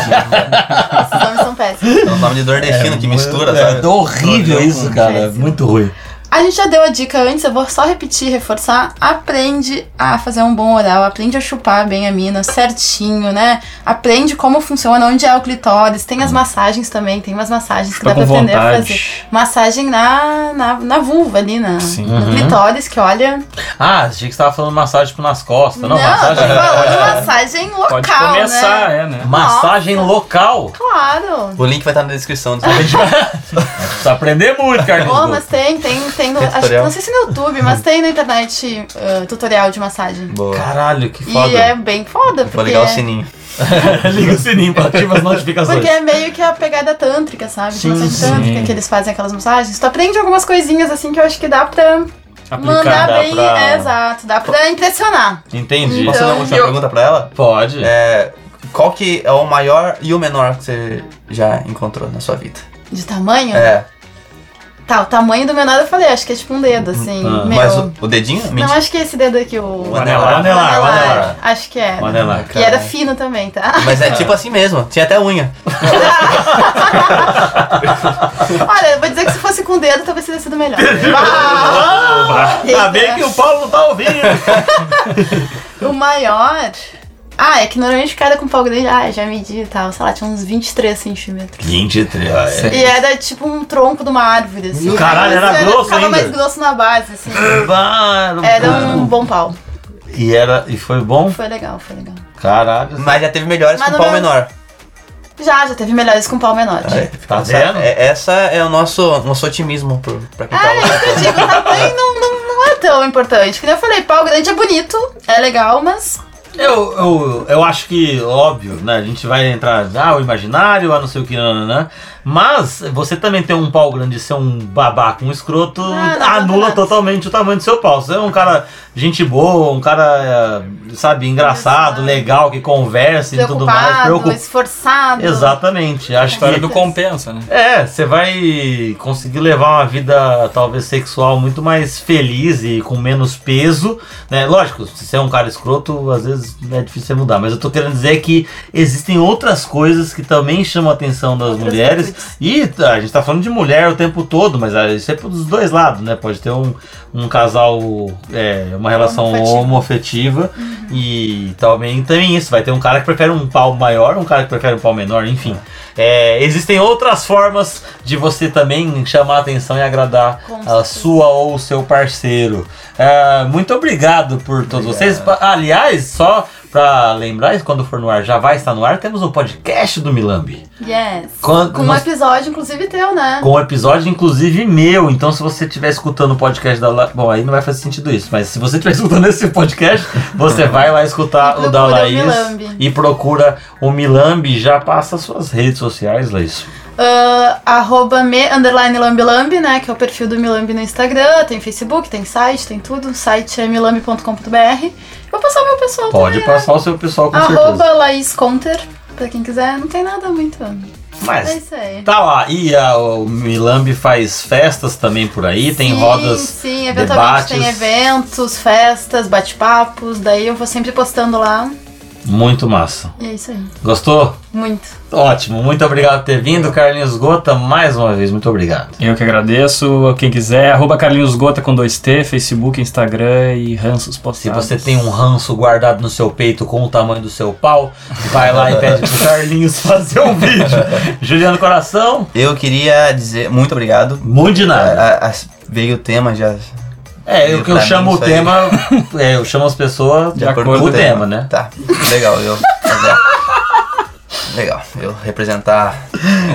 Speaker 7: esses nomes são péssimos.
Speaker 5: É um nome de nordestino que mistura, sabe?
Speaker 1: É horrível isso, cara.
Speaker 7: Péssimo.
Speaker 1: Muito ruim.
Speaker 7: A gente já deu a dica antes, eu vou só repetir, reforçar. Aprende a fazer um bom oral, aprende a chupar bem a mina certinho, né? Aprende como funciona, onde é o clitóris. Tem as massagens também, tem umas massagens que
Speaker 8: Fica
Speaker 7: dá pra
Speaker 8: Tá com
Speaker 7: aprender a
Speaker 8: vontade.
Speaker 7: fazer. massagem na, na, na vulva ali, na,
Speaker 8: Sim. Uhum.
Speaker 7: no clitóris, que olha. né?
Speaker 1: Ah, achei que você tava falando massagem tipo, nas costas. Não,
Speaker 7: tô
Speaker 5: né?
Speaker 1: massagem.
Speaker 7: falando massagem local.
Speaker 8: Pode começar,
Speaker 7: Né?
Speaker 8: é, né?
Speaker 1: Massagem local.
Speaker 7: Claro.
Speaker 5: O link vai estar na descrição. tá? Disso. A gente
Speaker 1: Precisa aprender muito,
Speaker 7: *laughs*
Speaker 1: Carlinhos.
Speaker 7: Bom,
Speaker 1: Gomes.
Speaker 7: mas tem, tem, tem. no-
Speaker 5: Tem
Speaker 7: acho, que-
Speaker 5: tutorial?
Speaker 7: não sei se no YouTube, mas tem na internet ah, tutorial de massagem.
Speaker 5: Boa.
Speaker 1: Caralho, que
Speaker 7: E
Speaker 1: foda.
Speaker 7: é bem foda, porque.
Speaker 5: Vou ligar o sininho.
Speaker 1: *laughs* Liga o sininho pra ativar as notificações.
Speaker 7: Porque é meio que a pegada tântrica, sabe? De
Speaker 1: Sim,
Speaker 7: massagem
Speaker 1: sim.
Speaker 7: tântrica, que eles fazem aquelas massagens. Tu aprende algumas coisinhas assim que eu acho que dá pra mandar
Speaker 8: Aplicar.
Speaker 1: dá
Speaker 7: bem.
Speaker 1: pra-
Speaker 7: é, exato, dá pra impressionar.
Speaker 1: Entendi.
Speaker 5: Posso
Speaker 7: Então,
Speaker 5: dar uma última
Speaker 7: eu-
Speaker 5: pergunta pra ela?
Speaker 1: Pode. né,
Speaker 5: É, qual que é o maior e o menor que você já encontrou na sua vida?
Speaker 7: De tamanho? né?
Speaker 5: É,
Speaker 7: Tá, o tamanho do meu nada eu falei, acho que é tipo um dedo, assim.
Speaker 1: Ah,
Speaker 7: meu.
Speaker 5: mas o, o dedinho?
Speaker 7: Não, é
Speaker 5: Mentira.
Speaker 7: acho que esse dedo aqui, o.
Speaker 5: O anelar.
Speaker 1: Anelar,
Speaker 7: O anelar,
Speaker 1: anelar.
Speaker 7: Acho que era.
Speaker 1: Olha lá.
Speaker 7: E era fino também, tá?
Speaker 5: Mas
Speaker 1: Ah.
Speaker 5: é tipo assim mesmo, tinha até unha.
Speaker 7: Olha, eu vou dizer que se fosse com o dedo, talvez teria sido
Speaker 1: *laughs*
Speaker 7: melhor. Bah!
Speaker 1: Ainda Ah, bem
Speaker 7: Eita.
Speaker 1: que o Paulo não tá ouvindo.
Speaker 7: *laughs* o maior. Ah, é que normalmente o cara com pau grande, ah, já medi e tal, sei lá, tinha uns 23 centímetros.
Speaker 1: 23.
Speaker 7: E era tipo um tronco de uma árvore, assim.
Speaker 1: Caralho, era
Speaker 7: Isso
Speaker 1: grosso
Speaker 7: ficava
Speaker 1: ainda?
Speaker 7: mais grosso na base, assim.
Speaker 5: é
Speaker 1: Claro,
Speaker 7: Era
Speaker 1: cara.
Speaker 7: um bom pau.
Speaker 1: E era. E foi bom?
Speaker 7: Foi legal, foi legal.
Speaker 1: Caralho.
Speaker 5: Mas já teve melhores
Speaker 7: Mas
Speaker 5: com
Speaker 7: não
Speaker 5: pau
Speaker 7: é-
Speaker 5: menor.
Speaker 7: Já, já teve melhores com pau menor.
Speaker 5: Aí,
Speaker 1: Tá
Speaker 5: essa,
Speaker 1: vendo?
Speaker 5: é, essa é o nosso, nosso otimismo pro, pra quem tá
Speaker 7: É isso que eu digo, o tamanho não, não, não é tão importante. Como eu falei, pau grande é bonito, é legal, mas
Speaker 1: Eu, eu, eu acho que, óbvio, né? A gente vai entrar, ah, o imaginário, ah, não sei o que, nananã. Mas você também tem um pau grande ser um babaca, um escroto,
Speaker 7: Ah, não,
Speaker 1: anula
Speaker 7: não.
Speaker 1: totalmente o tamanho do seu pau. Você é um cara gente boa, um cara, é, sabe, engraçado, legal, que conversa e tudo mais,
Speaker 7: Preocupado,
Speaker 1: preocupado.
Speaker 7: esforçado.
Speaker 1: Exatamente. Acho
Speaker 8: história
Speaker 1: que
Speaker 8: do compensa, né?
Speaker 1: é, você vai conseguir levar uma vida talvez sexual muito mais feliz e com menos peso, né? Lógico, se você é um cara escroto, às vezes é difícil você mudar, mas eu tô querendo dizer que existem outras coisas que também chamam a atenção das
Speaker 7: Outras
Speaker 1: mulheres.
Speaker 7: atitudes.
Speaker 1: E tá, a gente tá falando de mulher o tempo todo, mas ah, isso é dos dois lados, né? Pode ter um, um casal, é, uma relação
Speaker 7: Homoafetiva.
Speaker 1: homoafetiva
Speaker 7: Uhum.
Speaker 1: e também tem isso. Vai ter um cara que prefere um pau maior, um cara que prefere um pau menor, enfim. É, existem outras formas de você também chamar a atenção e agradar
Speaker 7: Com
Speaker 1: a
Speaker 7: certeza.
Speaker 1: sua ou o seu parceiro. É, muito obrigado por todos vocês. Pa- Aliás, só pra lembrar, quando for no ar, já vai estar no ar, temos o podcast do Milambi.
Speaker 7: Yes.
Speaker 1: Quando-
Speaker 7: Com um
Speaker 1: nós-
Speaker 7: episódio, inclusive, teu, né?
Speaker 1: Com um episódio, inclusive, meu. Então, se você estiver escutando o podcast da La... Bom, aí não vai fazer sentido isso, mas se você estiver *laughs* escutando esse podcast, você vai lá escutar
Speaker 7: E
Speaker 1: o da
Speaker 7: procura o
Speaker 1: Laís
Speaker 7: Milambi.
Speaker 1: e procura o Milambi. Já passa as suas redes sociais, Laís.
Speaker 7: Ah, arroba me, underline lambilambi, né? Que é o perfil do Milambi no Instagram. Tem Facebook, tem site, tem tudo. O site é milambi.com.br. Vou passar o meu pessoal
Speaker 1: Pode
Speaker 7: também,
Speaker 1: passar o seu pessoal com
Speaker 7: né?
Speaker 1: certeza.
Speaker 7: É. Arroba Laís Conter, pra quem quiser. Não tem nada muito. É
Speaker 1: Mas
Speaker 7: isso aí.
Speaker 1: tá lá. E a- o Milambi faz festas também por aí, tem
Speaker 7: sim,
Speaker 1: rodas.
Speaker 7: Sim, eventualmente tem
Speaker 1: debates.
Speaker 7: eventos, festas, bate-papos. Daí eu vou sempre postando lá.
Speaker 1: Muito massa.
Speaker 7: E é isso aí.
Speaker 1: Gostou?
Speaker 7: Muito.
Speaker 1: Ótimo. Muito obrigado por ter vindo, Carlinhos Gota. Mais uma vez, muito obrigado.
Speaker 8: Eu que agradeço. Quem quiser, arroba Carlinhos Gota com 2T, Facebook, Instagram e ranços
Speaker 1: Se
Speaker 8: postados.
Speaker 1: você tem um ranço guardado no seu peito com o tamanho do seu pau, vai lá e pede pro Carlinhos fazer um vídeo. Juliano Coração,
Speaker 5: Eu queria dizer muito obrigado.
Speaker 1: muito de nada.
Speaker 5: A- a- veio o tema já.
Speaker 1: É, o que eu
Speaker 5: Pra mim,
Speaker 1: chamo o
Speaker 5: isso aí.
Speaker 1: tema, *laughs* é, eu chamo as pessoas de, acordo com o tema, né?
Speaker 5: Tá. Legal, eu. Legal, eu representar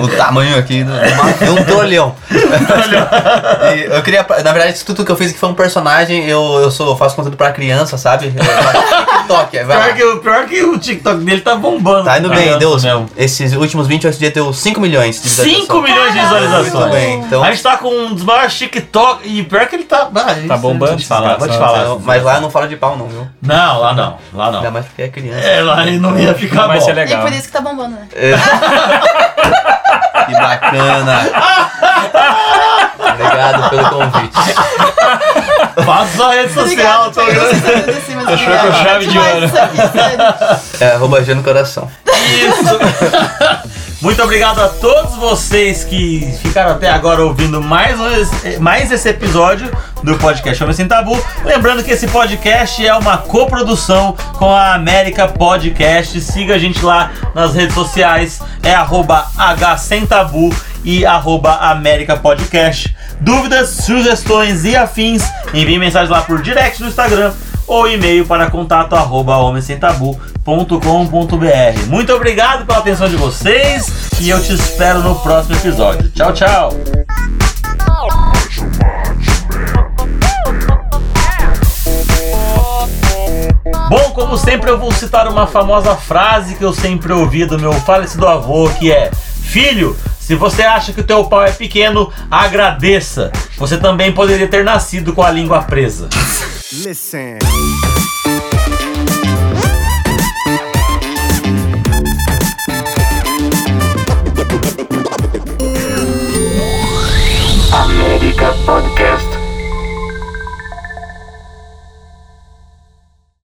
Speaker 5: o tamanho aqui do, de um tolhão. *laughs* E eu queria, na verdade, isso tudo que eu fiz aqui foi um personagem. Eu, eu sou, eu faço conteúdo pra criança, sabe? Eu faço TikTok, é, vai lá.
Speaker 1: Pior que, o- pior que o TikTok dele tá bombando.
Speaker 5: Tá indo bem,
Speaker 1: Caramba,
Speaker 5: Deus.
Speaker 1: mesmo.
Speaker 5: Esses últimos 28 dias deu 5 milhões de
Speaker 1: 5 milhões de visualizações.
Speaker 5: Muito bem, então.
Speaker 1: A gente tá com um dos maiores TikTok. E pior que ele tá. Ah, isso eu
Speaker 8: bombando,
Speaker 1: Vou te falar, vou te
Speaker 8: desgraçado.
Speaker 1: falar.
Speaker 5: Mas- Mas lá não fala de pau, não, viu?
Speaker 1: Não, lá não. Lá
Speaker 5: Ainda
Speaker 1: não.
Speaker 5: mais porque é criança.
Speaker 1: É, lá ele não ia ficar
Speaker 8: Não vai
Speaker 1: bom.
Speaker 8: ser
Speaker 7: E
Speaker 8: legal.
Speaker 7: por isso que tá bombando, né?
Speaker 1: *laughs*
Speaker 5: Que bacana. Obrigado pelo convite.
Speaker 1: Passa a rede social,
Speaker 7: Obrigada,
Speaker 1: tô
Speaker 7: Thiago,
Speaker 1: olhando.
Speaker 7: vocês são tudo assim, mas obrigada.
Speaker 8: com chave de
Speaker 7: Demais
Speaker 8: ouro.
Speaker 7: isso aqui, sério.
Speaker 5: É, arroba Jano Coração.
Speaker 1: Muito obrigado a todos vocês que ficaram até agora ouvindo mais, um- mais esse episódio do podcast Homem Sem Tabu. Lembrando que esse podcast é uma coprodução com a América Podcast. Siga a gente lá nas redes sociais, é arroba hsemtabu e arroba América Podcast. Dúvidas, sugestões e afins, envie mensagem lá por direct no Instagram ou e-mail para contato arroba homensentabu.com.br. Muito obrigado pela atenção de vocês e eu te espero no próximo episódio. Tchau, tchau! Bom, como sempre, eu vou citar uma famosa frase que eu sempre ouvi do meu falecido avô, que é: Filho, se você acha que o teu pau é pequeno, agradeça. Você também poderia ter nascido com a língua presa.
Speaker 3: Listen.